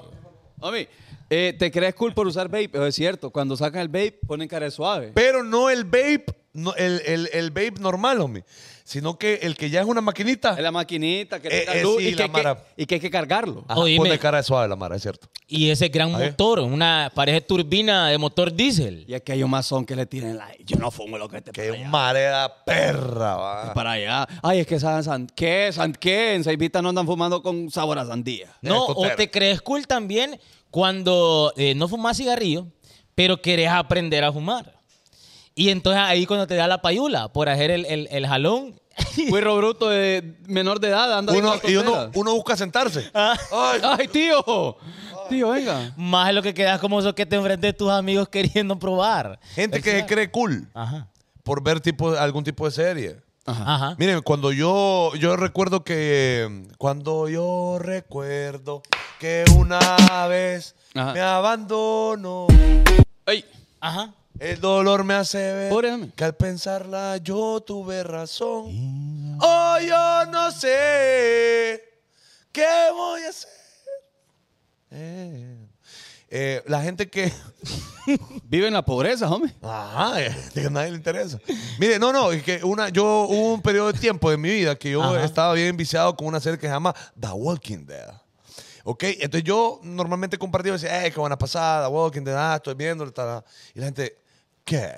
B: Mami, eh, ¿te crees cool por usar vape? Eso es cierto. Cuando sacan el vape, ponen cara de suave.
A: Pero no el vape, no, el, el, el vape normal, homie, sino que el que ya es una maquinita,
B: Es la maquinita que
A: Eh,
B: te da
A: eh,
B: luz
A: sí,
B: y, que,
A: la
B: que-
A: mara. Ah.
B: y que hay que cargarlo.
A: Ajá,
C: Oíme.
A: pone cara de suave la mara, es cierto.
C: Y ese gran
A: Ahí.
C: motor, una parece turbina de motor diésel.
B: Y aquí hay un mazón que le tienen la... Yo no fumo lo que te
A: Que es marea perra, va.
B: para allá. Ay, es que san, san- ¿qué? San- ¿Qué? En Seivita no andan fumando con sabor a sandía.
C: No,
A: Es
C: o
A: total.
C: te crees cool también cuando eh, no fumas cigarrillo, pero querés aprender a fumar. Y entonces ahí cuando te da la payula por hacer el, el- el jalón.
B: Cuirro bruto de eh, menor de edad anda ahí
A: Uno,
B: con
A: y uno,
B: tonteras.
C: Ah.
A: uno busca sentarse. Ay,
B: ¡Ay, tío! platillo, venga.
C: Más es lo que quedas como soquete enfrente de tus amigos queriendo probar.
A: Gente que se cree cool
C: Ajá.
A: por ver tipo, algún tipo de serie.
B: Ah.
C: Ajá.
A: Miren, cuando yo, yo recuerdo que. Cuando yo recuerdo que una vez
B: Ajá.
A: me abandono,
B: Ey,
C: Ajá.
A: el dolor me hace ver
B: Pobre hombre.
A: que al pensarla yo tuve razón. Oh, yo no sé qué voy a hacer. Eh, eh, la gente que.
B: vive en la pobreza, hombre.
A: Ajá, que a nadie le interesa. Mire, no, no, es que una, yo hubo un periodo de tiempo de mi vida que yo
C: Ajá.
A: estaba bien viciado con una serie que se llama The Walking Dead. ¿Ok? Entonces yo normalmente compartía y decía, eh, qué buena pasada, The Walking Dead, ah, estoy viendo, tal, tal". y la gente, ¿qué?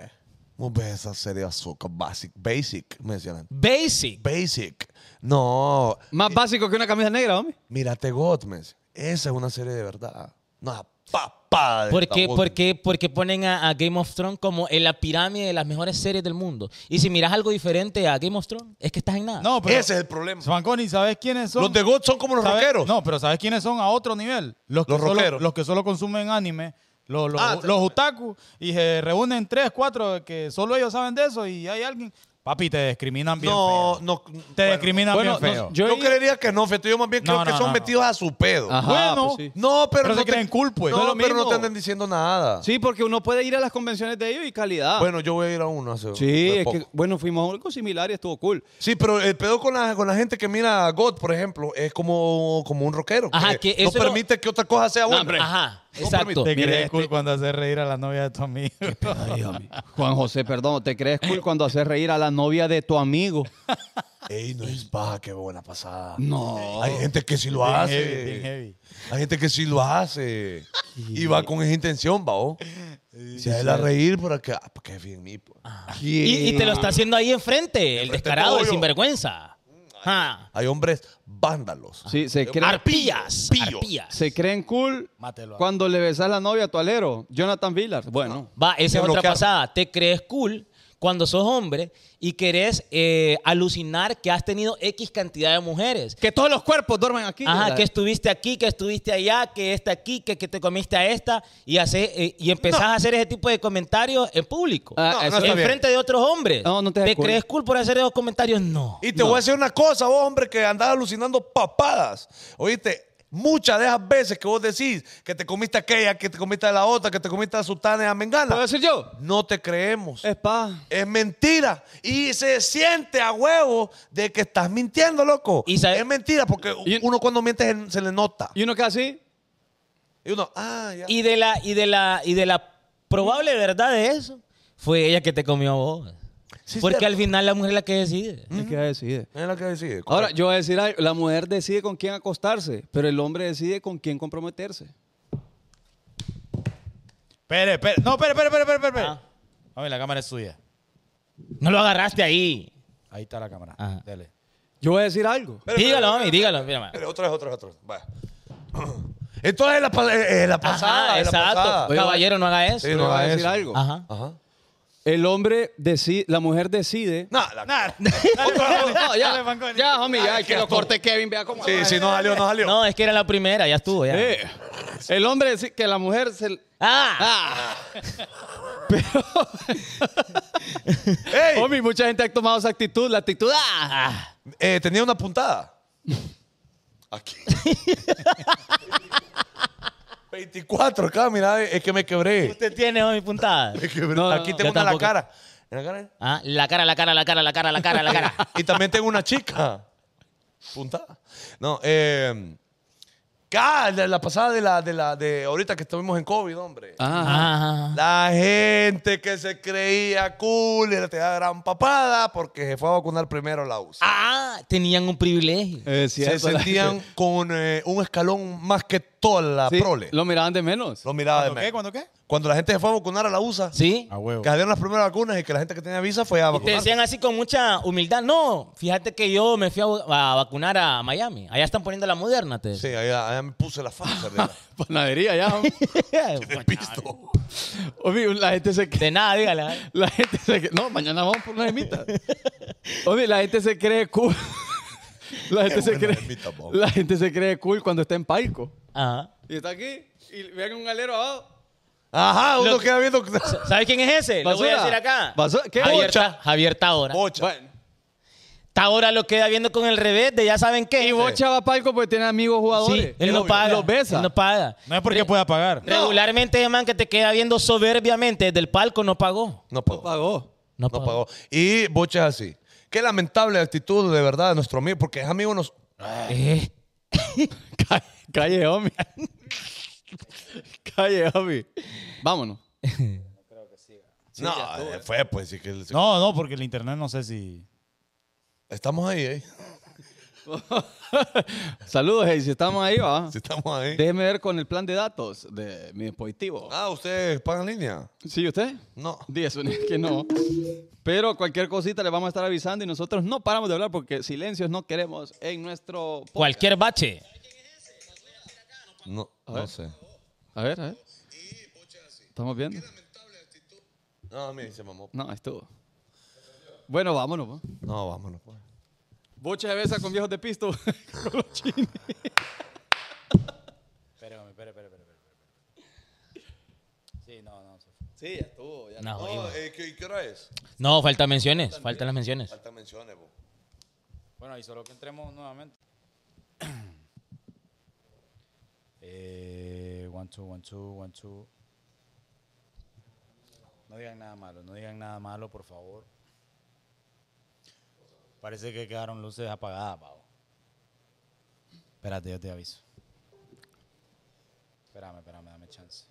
A: ¿Vos ves esa serie azúcar? Basic, basic, me decían. la gente.
C: Basic.
A: Basic. No,
B: Más básico que una camisa negra, hombre.
A: mírate God, me decía. Esa es una serie de verdad. Una papada. de
C: ¿Por
A: The
C: qué,
A: Walking
C: por
A: Dead.
C: qué- por qué ponen a, a Game of Thrones como en la pirámide de las mejores series del mundo? Y si miras algo diferente a Game of Thrones, es que estás en nada.
D: No, pero.
A: Ese es el problema.
D: Fanconi, ¿sabes quiénes son?
A: Los de God son como los
D: ¿Sabe-
A: rockeros.
D: No, pero ¿sabes quiénes son a otro nivel? Los, que
A: Los
D: solo-
A: rockeros.
D: los que solo consumen anime, los, los,
A: Ah,
D: los otaku, y se reúnen tres, cuatro, que solo ellos saben de eso y hay alguien. Papi, te discriminan bien
A: No,
D: feo.
A: no.
D: Te
A: bueno,
D: discriminan
B: Bueno,
D: bien
B: no-
D: feo.
A: Yo,
B: yo he ido-
A: creería que no, Feto. Yo más bien
D: No,
A: creo que
D: no,
A: son
D: no,
A: metidos a su pedo.
B: Ajá,
D: Bueno,
B: pues sí.
A: No, pero,
D: Pero
A: no
D: se creen cool, pues.
A: No,
D: No es
A: pero
D: lo
A: no
D: mismo.
A: te andan diciendo nada.
B: Sí, porque uno puede ir a las convenciones de ellos y calidad.
A: Bueno, pues, yo voy a ir a uno hace
B: sí,
A: hace
B: es
A: poco.
B: que, bueno, fuimos a algo similar y estuvo cool.
A: Sí, pero el pedo con la, con la gente que mira a God, por ejemplo, es como, como un rockero. Eh,
C: Ajá, que
A: no
C: eso lo-
A: permite que otra cosa sea buena.
C: Ajá,
A: No
C: exacto.
A: permite.
D: Te
B: Mire,
D: crees
B: este-
D: cool cuando haces reír a la novia de tu amigo.
B: Juan José, perdón, ¿te crees cool cuando haces reír a la novia de tu amigo?
A: Ey, no es baja, qué buena pasada.
B: No.
A: Hay gente que sí lo
D: Bien
A: hace.
D: heavy, bien heavy.
A: Hay gente que sí lo hace. Y va con esa intención, va. ¿o? Se va a ir a reír para que. Ah, pues qué bien, mi. pues.
C: Y, y te lo está haciendo ahí enfrente, el
A: Ah. Enfrente Mm,
C: descarado, el
A: tuyo.
C: sinvergüenza. Ah. Ajá.
A: Hay hombres
C: Ah,
A: vándalos.
B: Sí, se creen,
C: Arpillas.
A: Pillos.
C: Arpillas.
B: se creen cool
D: Mátelo.
B: cuando le besas la novia a tu alero, Jonathan Villar. Bueno,
C: Va, esa
A: Me
C: es otra
A: bloquearon.
C: pasada. Te crees cool cuando sos hombre y querés eh, alucinar que has tenido X cantidad de mujeres.
B: que todos los cuerpos duermen aquí.
C: Ajá,
B: ¿verdad?
C: que estuviste aquí, que estuviste allá, que esta aquí, que, que te comiste a esta y, haces, eh, y empezás a hacer ese tipo de comentarios en público.
B: Ah,
A: No, no
B: eso-
A: está
C: en
A: bien.
C: frente de otros hombres.
B: No, no te hagas cool.
C: crees cool por hacer esos comentarios? No.
A: Y te voy a decir una cosa, vos, hombre, que andás alucinando papadas. Oíste, muchas de esas veces que vos decís que te comiste aquella, que te comiste la otra, que te comiste a Sultana y a Mengana,
B: ¿Puedo
C: Pues,
B: decir yo?
A: no te
C: eh.
A: creemos. Es,
B: Spa.
A: mentira. Y se siente a huevo de que estás mintiendo, loco.
C: Y sabe-
A: es mentira, porque
B: Y-
A: uno cuando miente se- se le nota.
B: Y uno que así,
A: Y uno, ah, ya.
C: Y de la, y de la, y de la probable verdad de eso, fue ella que te comió a vos.
A: Sí,
C: Porque
A: cierto.
C: al final la mujer es la que decide.
B: es que decide.
A: Es lo que decide.
B: Ahora, yo voy a decir algo, la mujer decide con quién acostarse, pero el hombre decide con quién comprometerse.
D: Espere, espere. No, espere, espere, espere, espere, espere.
C: Ah.
D: Mami, la cámara es suya.
C: No lo agarraste ahí.
D: Ahí está la cámara.
C: Ajá.
D: Dele.
B: Yo voy a decir algo.
C: dígalo, mami, dígalo. mira, ma.
A: Pero otra vez, otra vez, otra vez. Vaya. Entonces, la, pa- eh, eh, la pasada.
C: Ajá,
A: es la pasada.
C: exacto.
B: Oye,
C: Caballero, no haga eso.
A: Sí,
B: Yo
A: no
B: voy a
A: haga
B: decir
A: eso. Ah.
B: algo.
C: Ajá.
A: Ajá.
B: El hombre decide, la mujer decide.
A: Nah, la-
B: No, ya, ya, homie, ya, que lo
A: asco.
B: corte Kevin, vea cómo.
A: Sí, sí, no salió, no salió.
C: No, es que era la primera, ya estuvo, ya.
B: Eh, el hombre decide que la mujer se.
C: Ah,
B: Ah,
A: Ey,
B: homie, mucha gente ha tomado esa actitud, la actitud. Ah,
A: eh, tenía una puntada. Aquí. 24 acá, mira, es que me quebré.
C: usted tiene hoy puntada.
A: Me quebré.
B: No, no,
A: Aquí
B: no.
A: tengo
C: Yo
A: una en la
C: tampoco.
A: cara. En la cara.
C: Ah, la cara, la cara, la cara, la cara, la cara, la cara.
A: Y también tengo una chica. Puntada. No, eh. ah, la, la pasada de la, de la, de ahorita que estuvimos en COVID, hombre.
B: ah,
C: Ajá.
A: La gente que se creía cool y te da gran papada porque se fue a vacunar primero la UCI.
C: Ah, tenían un privilegio.
B: es
A: se
B: cierto, Eh, la
A: sentían
B: gente-
A: con eh, un escalón más que toda la
B: Sí,
A: prole. Lo,
B: Lo miraban de menos.
A: miraba de
D: ¿Cuándo qué?
A: menos.
D: ¿Cuándo qué?
A: Cuando la gente se fue a vacunar a la USA,
C: ¿Sí?
D: A huevo.
A: que salieron las primeras vacunas y que la gente que tenía visa fue
C: Y
A: a
C: te
A: vacunar.
C: decían así con mucha humildad, no, fíjate que yo me fui a, a vacunar a Miami. Allá están poniendo la moderna, te
A: Sí, allá, allá me puse la Pfizer. de la-
B: Panadería, ya. homie.
A: de pisto.
B: Homie, la gente se.
C: De nada, dígale.
B: La gente se cree- No, mañana vamos por una gemita. Hombre, la gente se cree cool. La gente, se
A: buena
B: cree,
A: ermita, Bob.
B: la gente se cree cool cuando está en palco.
C: Ajá.
B: Y está aquí y vean un alero abajo.
A: Ajá, uno
C: Lo-
A: queda viendo.
C: ¿Sabes quién es ese? Lo voy a
B: Basura.
C: decir acá.
B: Basura. ¿Qué?
C: Javier,
B: Bocha.
C: Ta- Javier Tahora.
A: Bocha.
B: Bueno.
C: Tahora lo queda viendo con el revés de ya saben qué.
B: Y Bocha va a palco porque tiene amigos jugadores.
C: Sí, él no
B: Obvio.
C: paga.
B: Los besa.
C: Él no paga.
D: No es porque pueda pagar.
C: Regularmente, el man, que te queda viendo soberbiamente desde el palco no pagó.
A: No pagó.
B: pagó.
C: No
A: No
C: pagó.
A: pagó. Y Bocha es así. Qué lamentable actitud de verdad de nuestro amigo, porque es amigo nos.
C: Eh,
B: Ca- Calle, homie. Calle, homie. Vámonos.
A: no, eh, fue pues sí que él-
D: No, no, porque el internet no sé si.
A: estamos ahí, eh.
B: Saludos, hey, si estamos ahí, va.
A: Sí, estamos ahí.
B: Déjeme ver con el plan de datos de mi dispositivo.
A: Ah, ustedes pagan línea.
B: ¿Sí, usted?
A: No.
B: Díaz, que no. Pero cualquier cosita le vamos a estar avisando y nosotros no paramos de hablar porque silencios no queremos en nuestro. podcast.
C: cualquier bache.
A: No, no sé.
B: A ver, a ver. ¿Estamos viendo?
A: No, mira, se mamó.
B: No, estuvo. Bueno, vámonos. po.
A: No, vámonos. pues.
B: Bocha de besa con viejos de pisto. con los chinos.
D: Sí, no, no.
B: Sí, ya estuvo. Ya.
C: No,
A: No, eh, ¿qué, qué hora es?
C: no falta menciones. Faltan las menciones.
A: Falta menciones, vos.
D: Bueno, y solo que entremos nuevamente. eh, one, two, one, two, one, two. No digan nada malo, no digan nada malo, por favor. Parece que quedaron luces apagadas, pavo. Espérate, yo te aviso. Espérame, espérame, dame chance.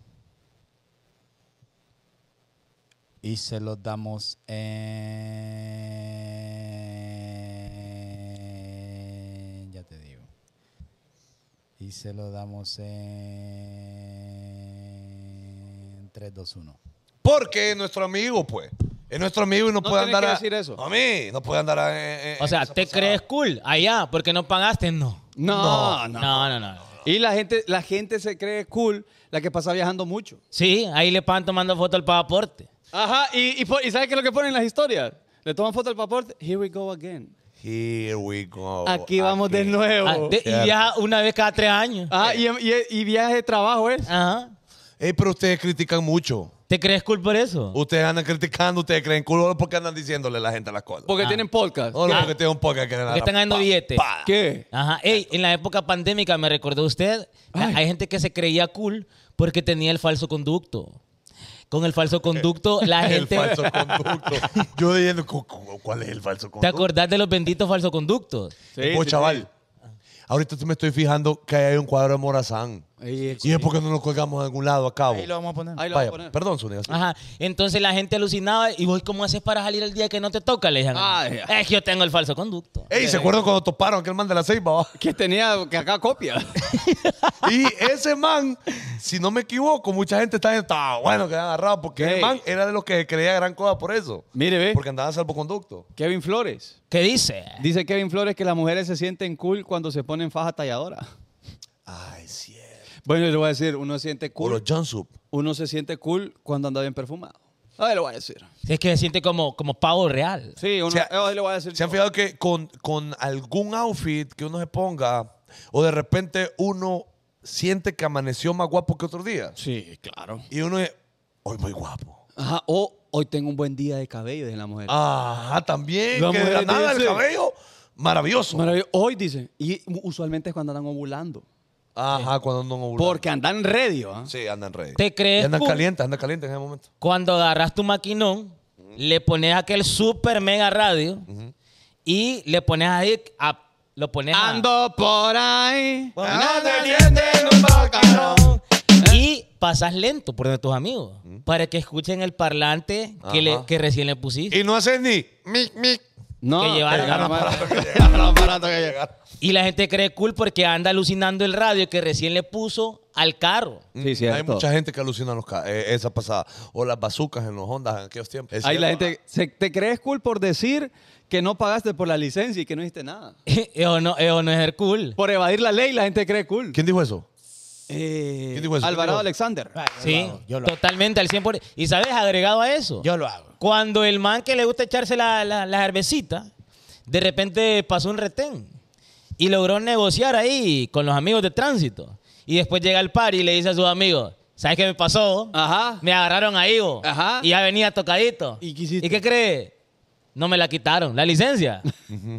D: Y se los damos en... Ya te digo. Y se lo damos en... 3, 2, 1.
A: Porque es nuestro amigo, pues. Es nuestro amigo y no,
B: No
A: puede
B: tiene
A: andar
B: que
A: a.
B: decir eso.
A: A mí, no puede andar a. eh, eh,
C: O sea,
A: en esa
C: ¿te
A: pasada.
C: crees cool? Allá, porque no pagaste, no.
B: No, no,
C: No, no, no. no.
B: Y la gente, la gente se cree cool, la que pasa viajando mucho.
C: Sí, ahí le pagan tomando foto al pasaporte.
B: Ajá, y, y, pon- ¿y ¿sabes qué es lo que ponen en las historias? Le toman foto al paporte. Here we go again. Oh,
A: Here we go.
B: Aquí vamos de nuevo.
C: Ah, de- y
A: cierto.
C: viaja una vez cada tres años.
B: Ah, y, y- y viaje de trabajo ¿eh? es.
C: Ajá.
A: Ey, pero ustedes critican mucho.
C: ¿Te crees cool por eso?
A: Ustedes andan criticando, ustedes creen culo porque andan diciéndole a la gente las cosas.
B: Porque tienen podcast. Ah.
A: No, no, porque tienen un podcast que le
C: Porque
A: dan
C: están ganando
A: pa-
C: billetes.
A: pa.
B: Oh, ¿Qué?
C: Ajá. Ey, en la época pandémica, me recordó usted, a- hay gente que se creía cool porque tenía el falso conducto. Con el falso conducto, la
A: El
C: gente...
A: falso conducto. Yo diciendo, cu- cu- ¿cuál es el falso conducto?
C: ¿Te acordás de los benditos falso conductos?
B: Sí,
A: Vos,
B: sí,
A: chaval. Ahorita te me estoy fijando que hay un cuadro de Morazán.
B: sí. Ahí es-
A: Y es porque no nos colgamos en algún lado a cabo.
D: Ahí lo vamos a poner.
B: Ahí lo voy
A: Vaya,
B: a poner.
A: Perdón, Zúñiga. sí.
C: Ajá. Entonces la gente alucinaba y vos, ¿cómo haces para salir el día que no te toca? Le decían,
B: Ay.
C: es que yo tengo el falso conducto.
A: Ey,
B: Eh.
A: ¿se acuerdan cuando toparon aquel man de la ceiba? va?
B: Que tenía que acá copia.
A: Y ese man, si no me equivoco, mucha gente está diciendo, "Está bueno que le han agarrado, porque
B: Ey.
A: el man era de los que creía gran cosa por eso.
B: Mire, ve.
A: Porque andaba en salvoconducto.
B: Kevin Flores.
C: ¿Qué dice?
B: Dice Kevin Flores que las mujeres se sienten cool cuando se ponen faja talladora.
A: Ay, cierto.
B: Bueno, yo le voy a decir, uno se siente
A: O los
B: cool.
A: jumpsuit.
B: Uno se siente cool cuando anda bien perfumado. Ahí le voy a decir.
C: Es que se siente como, como pavo real.
B: Sí, uno,
A: Se ha-
B: ahí le voy a decir.
A: ¿Se han
B: yo.
A: fijado que con, con algún outfit que uno se ponga, o de repente uno siente que amaneció más guapo que otro día?
B: Sí, claro.
A: Y uno dice, hoy muy guapo.
B: Ajá, o hoy tengo un buen día de cabello de la mujer.
A: Ajá, también.
B: La
A: que de la
B: mujer
A: nada el
B: dice-
A: cabello, maravilloso.
B: Maravilloso. Hoy dice, y usualmente es cuando andan ovulando.
A: Ajá, cuando andan ovulando.
B: Porque andan ready, ¿ah?
A: Sí, andan ready.
C: ¿Te crees
A: Y andan
C: cool?
A: calientes, andan calientes en ese momento.
C: Cuando agarras tu maquinón, le pones aquel super mega radio y le pones ahí, a- lo pones a-
B: Ando por ahí.
C: y pasas lento por donde tus amigos para que escuchen el parlante que, le,
A: Ajá.
C: que recién le pusiste.
A: Y no haces ni mic, mic.
B: No,
C: Que llevar
B: que
C: la
B: llevar más-
C: Y la gente cree cool porque anda alucinando el radio que recién le puso al carro.
B: Sí,
A: Mm, Hay
B: cierto.
A: mucha gente que alucina los ca- eh, esa pasada. O las bazucas en los Hondas en aquellos tiempos. Es
B: Ahí la
A: cierto.
B: gente, se- ¿te crees cool por decir que no pagaste por la licencia y que no hiciste nada?
C: eso, no, eso no es ser cool.
B: Por evadir la ley, la gente cree cool.
A: ¿Quién dijo eso?
B: Eh,
A: ¿Quién dijo eso?
B: Alvarado
A: ¿Quién
B: Alexander.
D: Ah,
C: Sí, totalmente al 100%. Y sabes, agregado a eso,
D: Yo lo hago.
C: cuando el man que le gusta echarse la, la, la cervecita, de repente pasó un retén. y logró negociar ahí con los amigos de tránsito. Y después llega al par y le dice a sus amigos, ¿sabes qué me pasó?
B: Ajá.
C: Me agarraron ahí, vos.
B: Ajá.
C: Y ya venía tocadito.
B: ¿Y qué hiciste?
C: ¿Y qué cree? No me la quitaron, la licencia.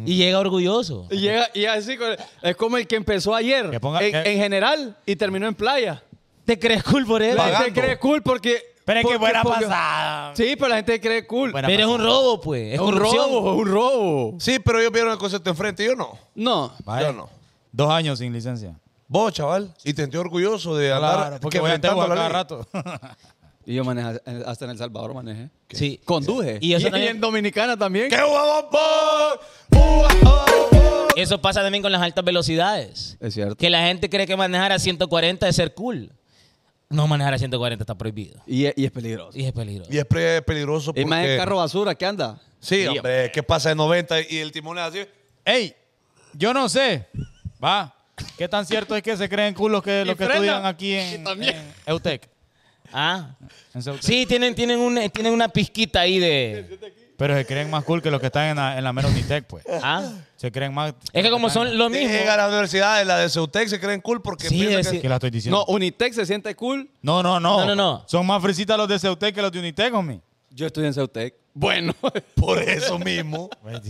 C: y llega orgulloso.
B: Y, llega- y así, con- es como el que empezó ayer
D: Que ponga-
B: en,
D: que-
B: en general y terminó en playa.
C: ¿Te crees cool por él?
B: La
A: Pagando.
B: gente cree cool porque...
D: Pero es que
B: porque-
D: buena
B: porque-
D: pasada.
B: Sí, pero la gente cree cool.
D: Buena
C: Pero es un
D: pasada.
C: robo, pues. Es
B: es un
C: corrupción.
B: robo, es un robo.
A: Sí, pero ellos vieron el concepto enfrente, yo no.
B: No.
D: Vaya,
A: Yo no.
D: Dos años sin licencia.
A: Vos, chaval, y te sentí orgulloso de andar
D: porque voy a
A: enfrentando
D: Antigua
A: la
D: cada
A: ley.
D: rato.
B: Y yo manejé, hasta en El Salvador manejé.
C: Sí.
B: Conduje.
C: Y eso también-
B: en Dominicana también.
A: ¡Qué guapo, boy! ¡Ua, oh, oh!
C: Eso pasa también con las altas velocidades.
B: Es cierto.
C: Que la gente cree que manejar a 140 es ser cool. No manejar a 140 está prohibido.
B: Y, es- y es peligroso.
C: Y es peligroso.
A: Y es pre- peligroso porque...
B: Y más el carro basura, ¿qué anda?
A: Sí, hombre, ¿qué pasa de 90 y el timón es así?
D: Ey, yo no sé. Va. ¿Qué tan cierto es que se creen culos que los que estudian aquí en, en Eutec?
C: Ah.
D: En Ceutec?
C: Sí, tienen, tienen, un- tienen una pizquita ahí de.
D: Pero se creen más cool que los que están en la, en la mera Unitec, pues.
C: Ah.
D: Se creen más.
C: Es que como son lo mismo.
A: Llega a la universidad, la de Ceutec, se creen cool porque
C: Sí,
A: piensan
C: es
A: que-
C: decir-
D: Que la estoy
B: No,
D: diciendo.
B: Unitec se siente cool.
D: No, no, no.
C: No, no, no.
D: Son más fresitas los de Ceutec que los de Unitec, homie.
B: Yo estudié en Ceutec. Bueno.
A: por eso mismo.
D: Pero-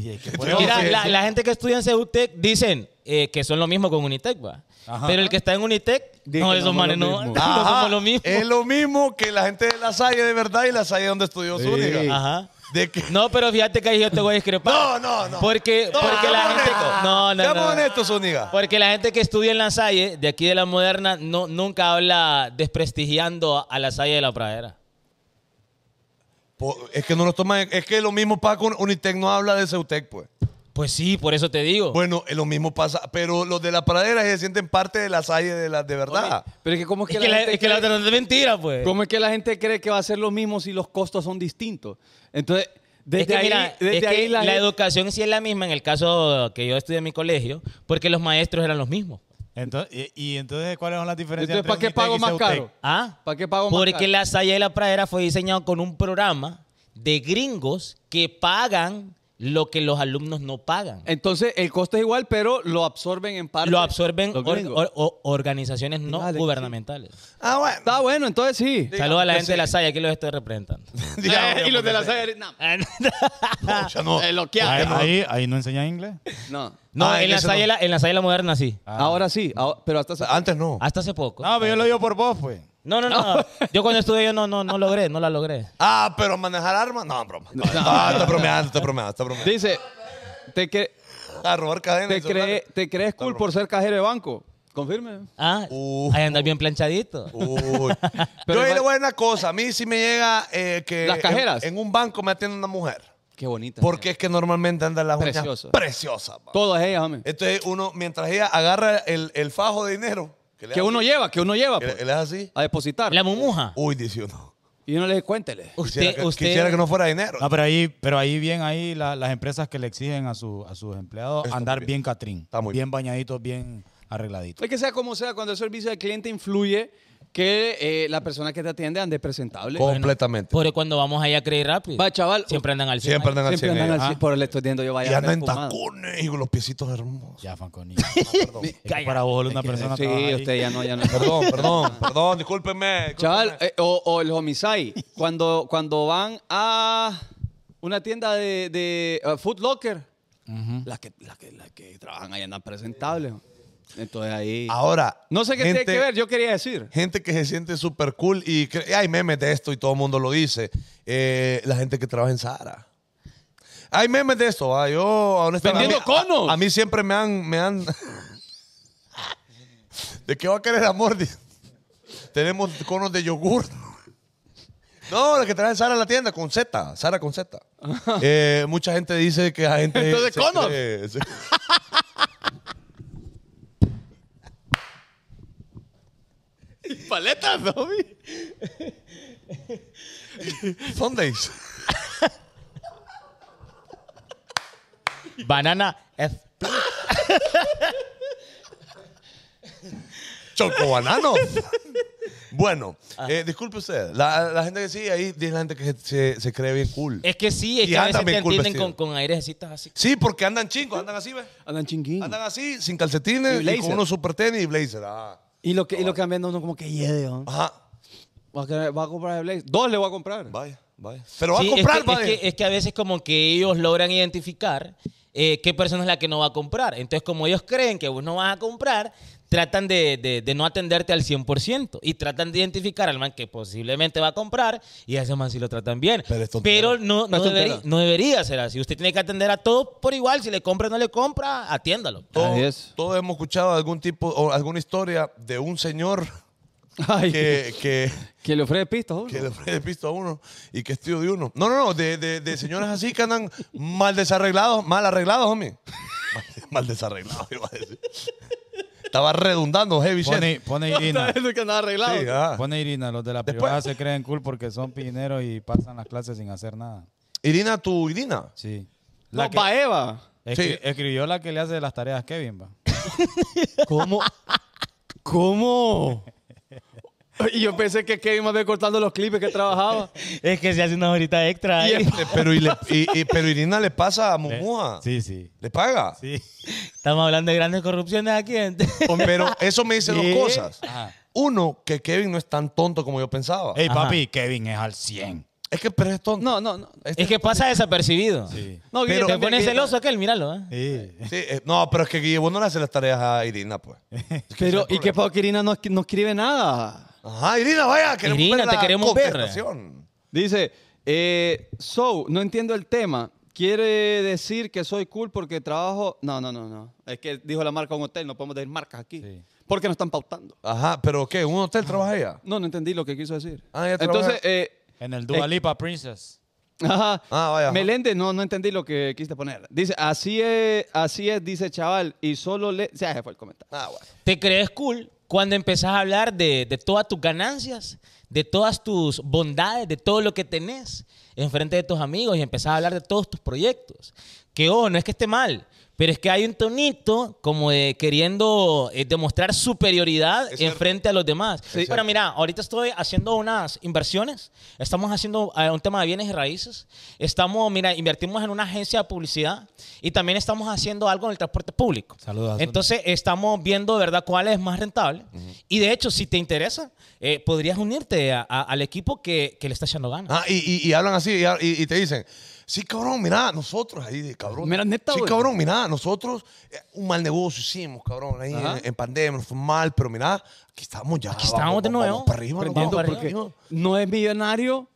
C: Mira,
A: Sí,
C: la,
A: sí.
C: la gente que estudia en CEUTEC dicen eh, que son lo mismo con Unitec, va.
D: Ajá.
C: Pero el que está en Unitec,
B: Dice
C: no,
B: que
C: esos
B: no somos
C: manes
B: lo
C: no,
B: mismo.
C: no
A: Ajá,
C: somos lo mismo.
A: Es lo mismo que la gente de la Salle de verdad y la Salle donde estudió Zúñiga.
C: Ajá.
A: De que-
C: No, pero fíjate que ahí yo te voy a discrepar.
A: No, no, no.
C: Porque,
A: No,
C: porque la
A: seamos
C: gente.
A: honestos.
C: No, Pues- no,
A: Seamos
C: no.
A: honestos, Zúñiga.
C: Porque la gente que estudia en la Salle, de aquí de la Moderna, no, nunca habla desprestigiando a la Salle de la Pradera.
A: Po- Es que no los toman. Es que lo mismo pasa con Unitec, no habla de Ceutec, pues.
C: Pues sí, por eso te digo.
A: Bueno, eh, lo mismo pasa. Pero los de la pradera se sienten parte de la Salle de la de verdad.
B: Pero es que cómo es que,
C: Ah. es que
B: la
C: la,
B: gente
C: es que la
B: cree-
C: otra no es mentira, pues.
B: ¿Cómo es que la gente cree que va a ser lo mismo si los costos son distintos? Entonces, desde
C: es que,
B: ahí,
C: mira,
B: desde
C: es que
B: ahí
C: la,
B: la, gente-
C: educación sí es la misma en el caso que yo estudié en mi colegio, porque los maestros eran los mismos.
D: Entonces, y, y entonces, ¿cuáles son las diferencias?
B: Entonces,
D: entre
B: ¿para qué
D: Unitec
B: pago
D: y
B: más
D: Ceutec?
B: caro?
C: ¿Ah?
B: ¿Para qué pago más
C: Porque
B: caro?
C: la Salle de la Pradera fue diseñado con un programa de gringos que pagan lo que los alumnos no pagan.
B: Entonces, el costo es igual, pero lo absorben en parte.
C: Lo absorben
B: los
C: or-
B: gringos.
C: or- o- organizaciones no
B: Dale, sí.
C: gubernamentales.
A: Ah, bueno.
B: Está bueno, entonces sí.
C: Saludos a la
A: que
C: gente de la Salle, aquí los estoy representando.
A: Digamos,
B: Eh, y los de la
A: porque-
B: Salle, no.
A: Pucha, no.
B: Eh, lo que
D: Ahí,
B: hace.
D: ahí, ahí no enseñan inglés.
B: No.
C: No,
A: Ah,
C: en,
A: en
C: la
A: eso no.
C: salle, la- en la Salle de la Moderna sí.
B: Ahora sí, ahora- pero hasta
A: Antes no.
C: Hasta hace poco.
D: No, pero yo lo digo por vos, pues.
C: No, no, no. Yo cuando estudié yo no, no, no logré, no la logré.
A: Ah, pero manejar armas. No, broma. Ah, está bromeando, está bromeando, está bromeando.
B: dice, te, cre-
A: A robar cadenas.
B: te,
A: y celulares.
B: cree- te crees cool por ser cajero de banco. Confirme.
C: Ah,
A: Uh.
C: ahí andas bien planchadito.
A: Uy.
B: Pero
A: Yo ahí
B: igual-
A: le voy a decir una cosa. A mí sí me llega eh, que.
B: Las
A: en-
B: cajeras.
A: En, un banco me atiende una mujer.
B: Qué bonita.
A: Porque es que normalmente andan las uñas
B: Preciosa.
A: preciosas. man.
B: Todas ellas, hombre.
A: Entonces uno, mientras ella agarra el, el fajo de dinero. Que, le
B: Que
A: hace-
B: uno lleva, que uno lleva.
A: que
B: pues,
A: le- le hace así.
B: a depositar.
C: La mumuja.
A: Uy, dice uno.
B: Y uno le dice, cuéntele.
A: Uh. Quisiera,
C: Usted,
A: que,
C: usted.
A: quisiera que no fuera dinero.
B: Ah,
D: No, pero ahí, pero ahí bien, ahí la- las empresas que le exigen a, su- a sus empleados
A: Está
D: andar
A: muy
D: bien,
A: bien.
D: catrín.
A: Está muy
D: bien bañaditos, bien arregladitos.
B: Es que sea como sea, cuando el servicio al cliente influye, que eh, la persona que te atiende ande presentable.
A: Completamente.
B: Pues,
C: Porque cuando vamos allá a creer rápido.
B: Va, chaval. oh,
C: Siempre andan al cien.
A: Siempre andan al
B: Siempre andan
A: cine.
B: al cien. Por le estoy viendo yo
A: Y
B: vaya.
A: andan en
B: perfumado.
A: tacones y con los piecitos hermosos.
D: Ya, Fanconi. Es que para vos, una persona trabaja
B: Sí,
D: ahí.
B: usted ya no, ya no.
A: Perdón, perdón, perdón, discúlpenme.
B: Chaval, eh, o, o el homicide, cuando, cuando van a una tienda de, de uh, Foot Locker, las, que, las, que, las que trabajan ahí andan presentables. Entonces ahí...
A: Ahora.
B: no sé qué
A: gente-
B: tiene que ver, yo quería decir.
A: Gente que se siente súper cool y cre- hay memes de esto y todo el mundo lo dice. Eh, la gente que trabaja en Sahara. Hay memes de esto. ah, Yo, honestamente.
B: Vendiendo
A: a mí-
B: conos.
A: A, a mí siempre me han. Me han ¿De qué va a querer amor? Dice. Tenemos conos de yogur. No, la que trae Sara a la tienda con Z, Sara con Z. Eh, mucha gente dice que la gente.
B: Entonces,
A: se
B: conos.
A: cree- se-
B: Paletas, ¿no?
A: Sundays.
C: Banana F.
A: Choco banano. Bueno,
C: Ah.
A: eh, disculpe usted. La, la gente que sigue ahí es la gente que se, se cree bien cool.
C: Es que sí, es
A: Y
C: que a
A: andan
C: veces te
A: bien cool
C: entienden con,
A: vestidos.
C: con airecitas así.
A: Sí, porque andan chingos, andan así, ¿ves?
B: Andan chinguín.
A: Andan así, sin
B: Y
A: calcetines, y,
B: blazer.
A: con unos super tenis y blazer. Ah.
B: Y lo que, y lo que anda uno como que lleve, ¿no?
A: Ajá,
B: Va a, querer- va a comprar el Blaze. Dos le voy a comprar.
A: vaya, vaya. Pero va
C: Sí,
A: a comprar,
C: es que, eh,
A: vaya.
C: es que- es que a veces como que ellos logran identificar eh, qué persona es la que no va a comprar. Entonces, como ellos creen que vos no vas a comprar, tratan de, de- de no atenderte al 100% y tratan de identificar al man que posiblemente va a comprar y a ese man sí lo tratan bien.
A: Pero es tontera.
C: Pero no, no,
B: No es
C: deberi-
B: tontera.
C: no debería ser así. Usted tiene que atender a todos por igual. Si le compra o no le compra, atiéndalo.
A: Todos,
B: Así es.
A: todos hemos escuchado algún tipo o alguna historia de un señor
B: Ay, que,
A: que, que,
B: le ofrece pistas, ¿no?
A: que le ofrece pisto a uno y que es tío de uno. No, no, no, de, de, de señoras así que andan mal desarreglados, mal arreglados, homie. Mal, mal desarreglados, iba a decir. Estaba redundando, heavy shit.
D: Pone, pone Irina.
B: que andaba arreglado.
A: Sí, ah.
D: Pone Irina, los de la
A: Después-
D: privada se creen cool porque son pineros y pasan las clases sin hacer nada.
A: Irina, tu Irina.
D: Sí.
B: No,
D: La que-
B: va Eva.
D: escri-
A: Sí.
D: Escribió la que le hace las tareas a Kevin, va.
B: ¿Cómo? ¿Cómo? Y yo pensé que Kevin me había cortando los clipes que trabajaba.
C: Es que se hace una horita extra.
A: Y
C: ahí.
A: este, pero, y le- y- y- pero Irina le pasa a Mumua.
D: Sí, sí.
A: ¿Le paga?
D: Sí.
C: Estamos hablando de grandes corrupciones aquí. gente.
A: Pero eso me dice
D: Sí.
A: dos cosas.
D: Ajá.
A: Uno, que Kevin no es tan tonto como yo pensaba.
D: Ey,
C: Ajá.
D: papi, Kevin es al 100.
A: Es que pero es tonto.
B: No, no, no.
C: Es que pasa desapercibido.
D: Sí.
B: No, Guille,
A: Pero-
C: Te
B: también,
C: pone
B: Guille,
C: celoso aquel, míralo. ¿eh?
D: Sí.
A: Sí, eh, no, pero es que Guille, vos no le haces las tareas a Irina, pues.
D: Eh.
B: Pero, ¿y qué Pau Quirina no, no escribe nada?
A: Ajá, Irina, vaya, queremos
C: Irina,
A: ver
C: te
A: la
C: queremos ver.
A: contestación.
B: Dice, eh, so, no entiendo el tema. Quiere decir que soy cool porque trabajo. No, no, no, no. Es que dijo la marca un hotel, no podemos decir marcas aquí.
D: Sí.
B: Porque nos están pautando.
A: Ajá, pero ¿qué? ¿En un hotel trabaja ella?
B: No, no entendí lo que quiso decir.
A: Ah, ya trabaja-
B: Entonces, eh,
D: En el Dua Lipa Princess.
B: ajá.
A: Ah, vaya. ajá.
B: Meléndez, no, no entendí lo que quisiste poner. Dice, así es, así es, dice chaval, y solo le. Ya se fue el comentario.
A: Ah, bueno.
C: Te crees cool cuando empezás a hablar de, de todas tus ganancias, de todas tus bondades, de todo lo que tenés en frente de tus amigos y empezás a hablar de todos tus proyectos. Que ojo, no es que esté mal, pero es que hay un tonito como de queriendo eh, demostrar superioridad
A: Es
C: en
A: cierto.
C: frente a los demás.
A: Es
C: Pero
A: cierto.
C: mira, ahorita estoy haciendo unas inversiones, estamos haciendo eh, un tema de bienes y raíces, estamos, mira, invertimos en una agencia de publicidad y también estamos haciendo algo en el transporte público.
D: Saludos a Zuna.
C: Entonces estamos viendo, ¿verdad?, cuál es más rentable. Y de hecho, si te interesa, eh, podrías unirte a- a- al equipo que, que le está echando ganas.
A: Ah, y, y- y hablan así y, y- y te dicen, sí, cabrón, mira, nosotros ahí, de cabrón.
B: Mira, neta,
A: Sí,
B: güey.
A: cabrón, mira, nosotros eh, un mal negocio hicimos, cabrón, ahí
B: Ajá.
A: en, en pandemia, nos fue mal, pero mira, aquí estamos ya.
C: Aquí estamos de nuevo,
A: para arriba, nos
C: aprendiendo
A: vamos para
C: porque-
A: arriba.
B: No es millonario.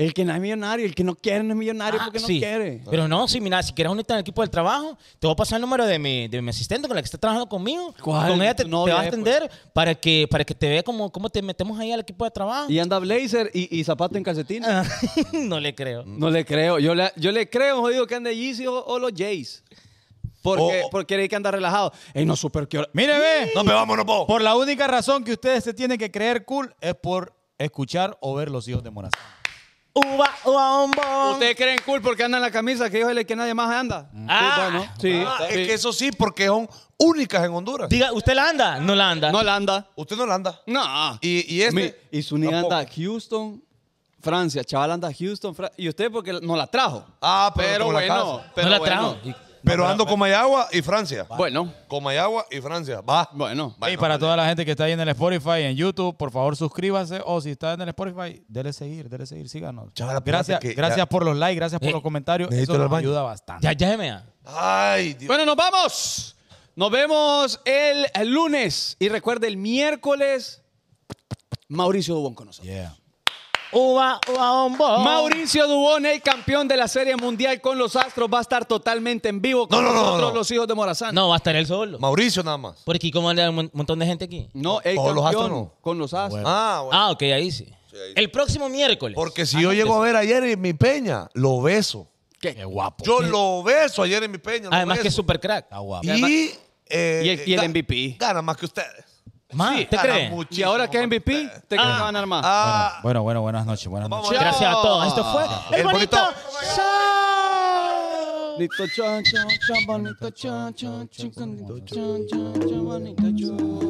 B: El que no es millonario, el que no quiere no es millonario
C: Ah,
B: porque no
C: sí.
B: quiere.
C: Pero no, si mira, si quieres unirte al equipo del trabajo, te voy a pasar el número de mi, de mi asistente con la que está trabajando conmigo.
B: ¿Cuál?
C: Con ella te,
B: Tu
C: te
B: novia,
C: vas a
B: eh, pues.
C: atender para, que, para que te vea cómo, cómo te metemos ahí al equipo de trabajo.
B: Y anda blazer y, y zapato en calcetín.
C: Ah. no le creo.
B: No le creo. Yo le, yo le creo, jodido, que ande Yeezy o, o los Jays. Porque,
A: O- o-
B: porque hay que andar relajado. Ey, no, super que...
D: Mire, ve.
A: No, pero vámonos, po.
D: Por la única razón que ustedes se tienen que creer cool es por escuchar o ver los hijos de Morazán.
C: Uva, uva, bombón.
B: Ustedes creen cool porque andan en la camisa que yo le que nadie más anda.
C: Ah.
B: sí, bueno,
A: Ah,
B: sí.
A: es que eso sí, porque son únicas en Honduras.
C: Diga, ¿usted la anda? No la anda.
B: No la anda.
A: Usted no la anda.
B: Ah. No.
A: Y, y este.
B: Mi- y su niña
A: tampoco.
B: anda a Houston, Francia. Chaval anda a Houston, Fra- Y usted porque no la trajo.
A: Ah, pero,
B: Pero
A: como la
B: bueno.
A: casa.
B: Pero
C: no la
B: bueno.
C: trajo.
A: Pero ando con Mayagua y Francia.
B: Bueno,
A: Con Mayagua y Francia. Va.
B: bueno.
A: Bueno,
D: y para
A: vale.
D: toda la gente que está ahí en el Spotify, en YouTube, por favor suscríbase. O si está en el Spotify, dele seguir, dele seguir, síganos.
A: Chaval, apúrate
D: gracias
A: que ya-
D: gracias por los likes, gracias por
C: Eh,
D: los comentarios.
A: necesito
D: Eso
A: ir al
D: nos
A: baño.
D: ayuda bastante.
C: Ya, ya se me da.
A: Ay, Dios.
B: Bueno, nos vamos. Nos vemos el, el lunes. Y recuerde, el miércoles, Mauricio Dubón con nosotros.
D: Yeah.
C: Uva, uva, bombón.
B: Mauricio Dubón, el campeón de la Serie Mundial con los Astros, va a estar totalmente en vivo con
A: No, no, no,
B: nosotros,
A: no.
B: los hijos de Morazán.
C: No, va a estar él solo.
A: Mauricio nada más.
C: Porque aquí como anda un mon- montón de gente aquí.
B: No, el campeón
A: ¿O Oh, los Astros no?
B: con los Astros.
A: Ah, bueno.
C: Ah, ok, ahí sí. El próximo miércoles.
A: Porque si
C: Ah,
A: yo
C: no,
A: llego a
C: que-
A: ver a Jeremy Peña, lo beso.
D: Qué guapo.
A: Yo lo beso a Jeremy Peña. lo
C: Además que es
A: beso.
C: super crack.
D: Está guapo.
A: Y, eh,
B: Y el- y el
A: ga-
B: MVP.
A: Gana más que ustedes.
C: Ma, ¿te
A: gana
C: crees?
B: y
A: muchísimo
B: ahora que
A: más
B: MVP, te
A: ustedes.
B: crees que va a ganar más.
A: Ah,
D: Bueno, bueno, buenas noches, buenas noches.
A: vamos allá.
C: Gracias a todos. Esto fue El,
A: El
C: Bonito
A: Bonito
C: Show.
B: Bonito chan, chan, chan, bonito chan, chan, chica, bonito chan, chan, chan, bonito chan.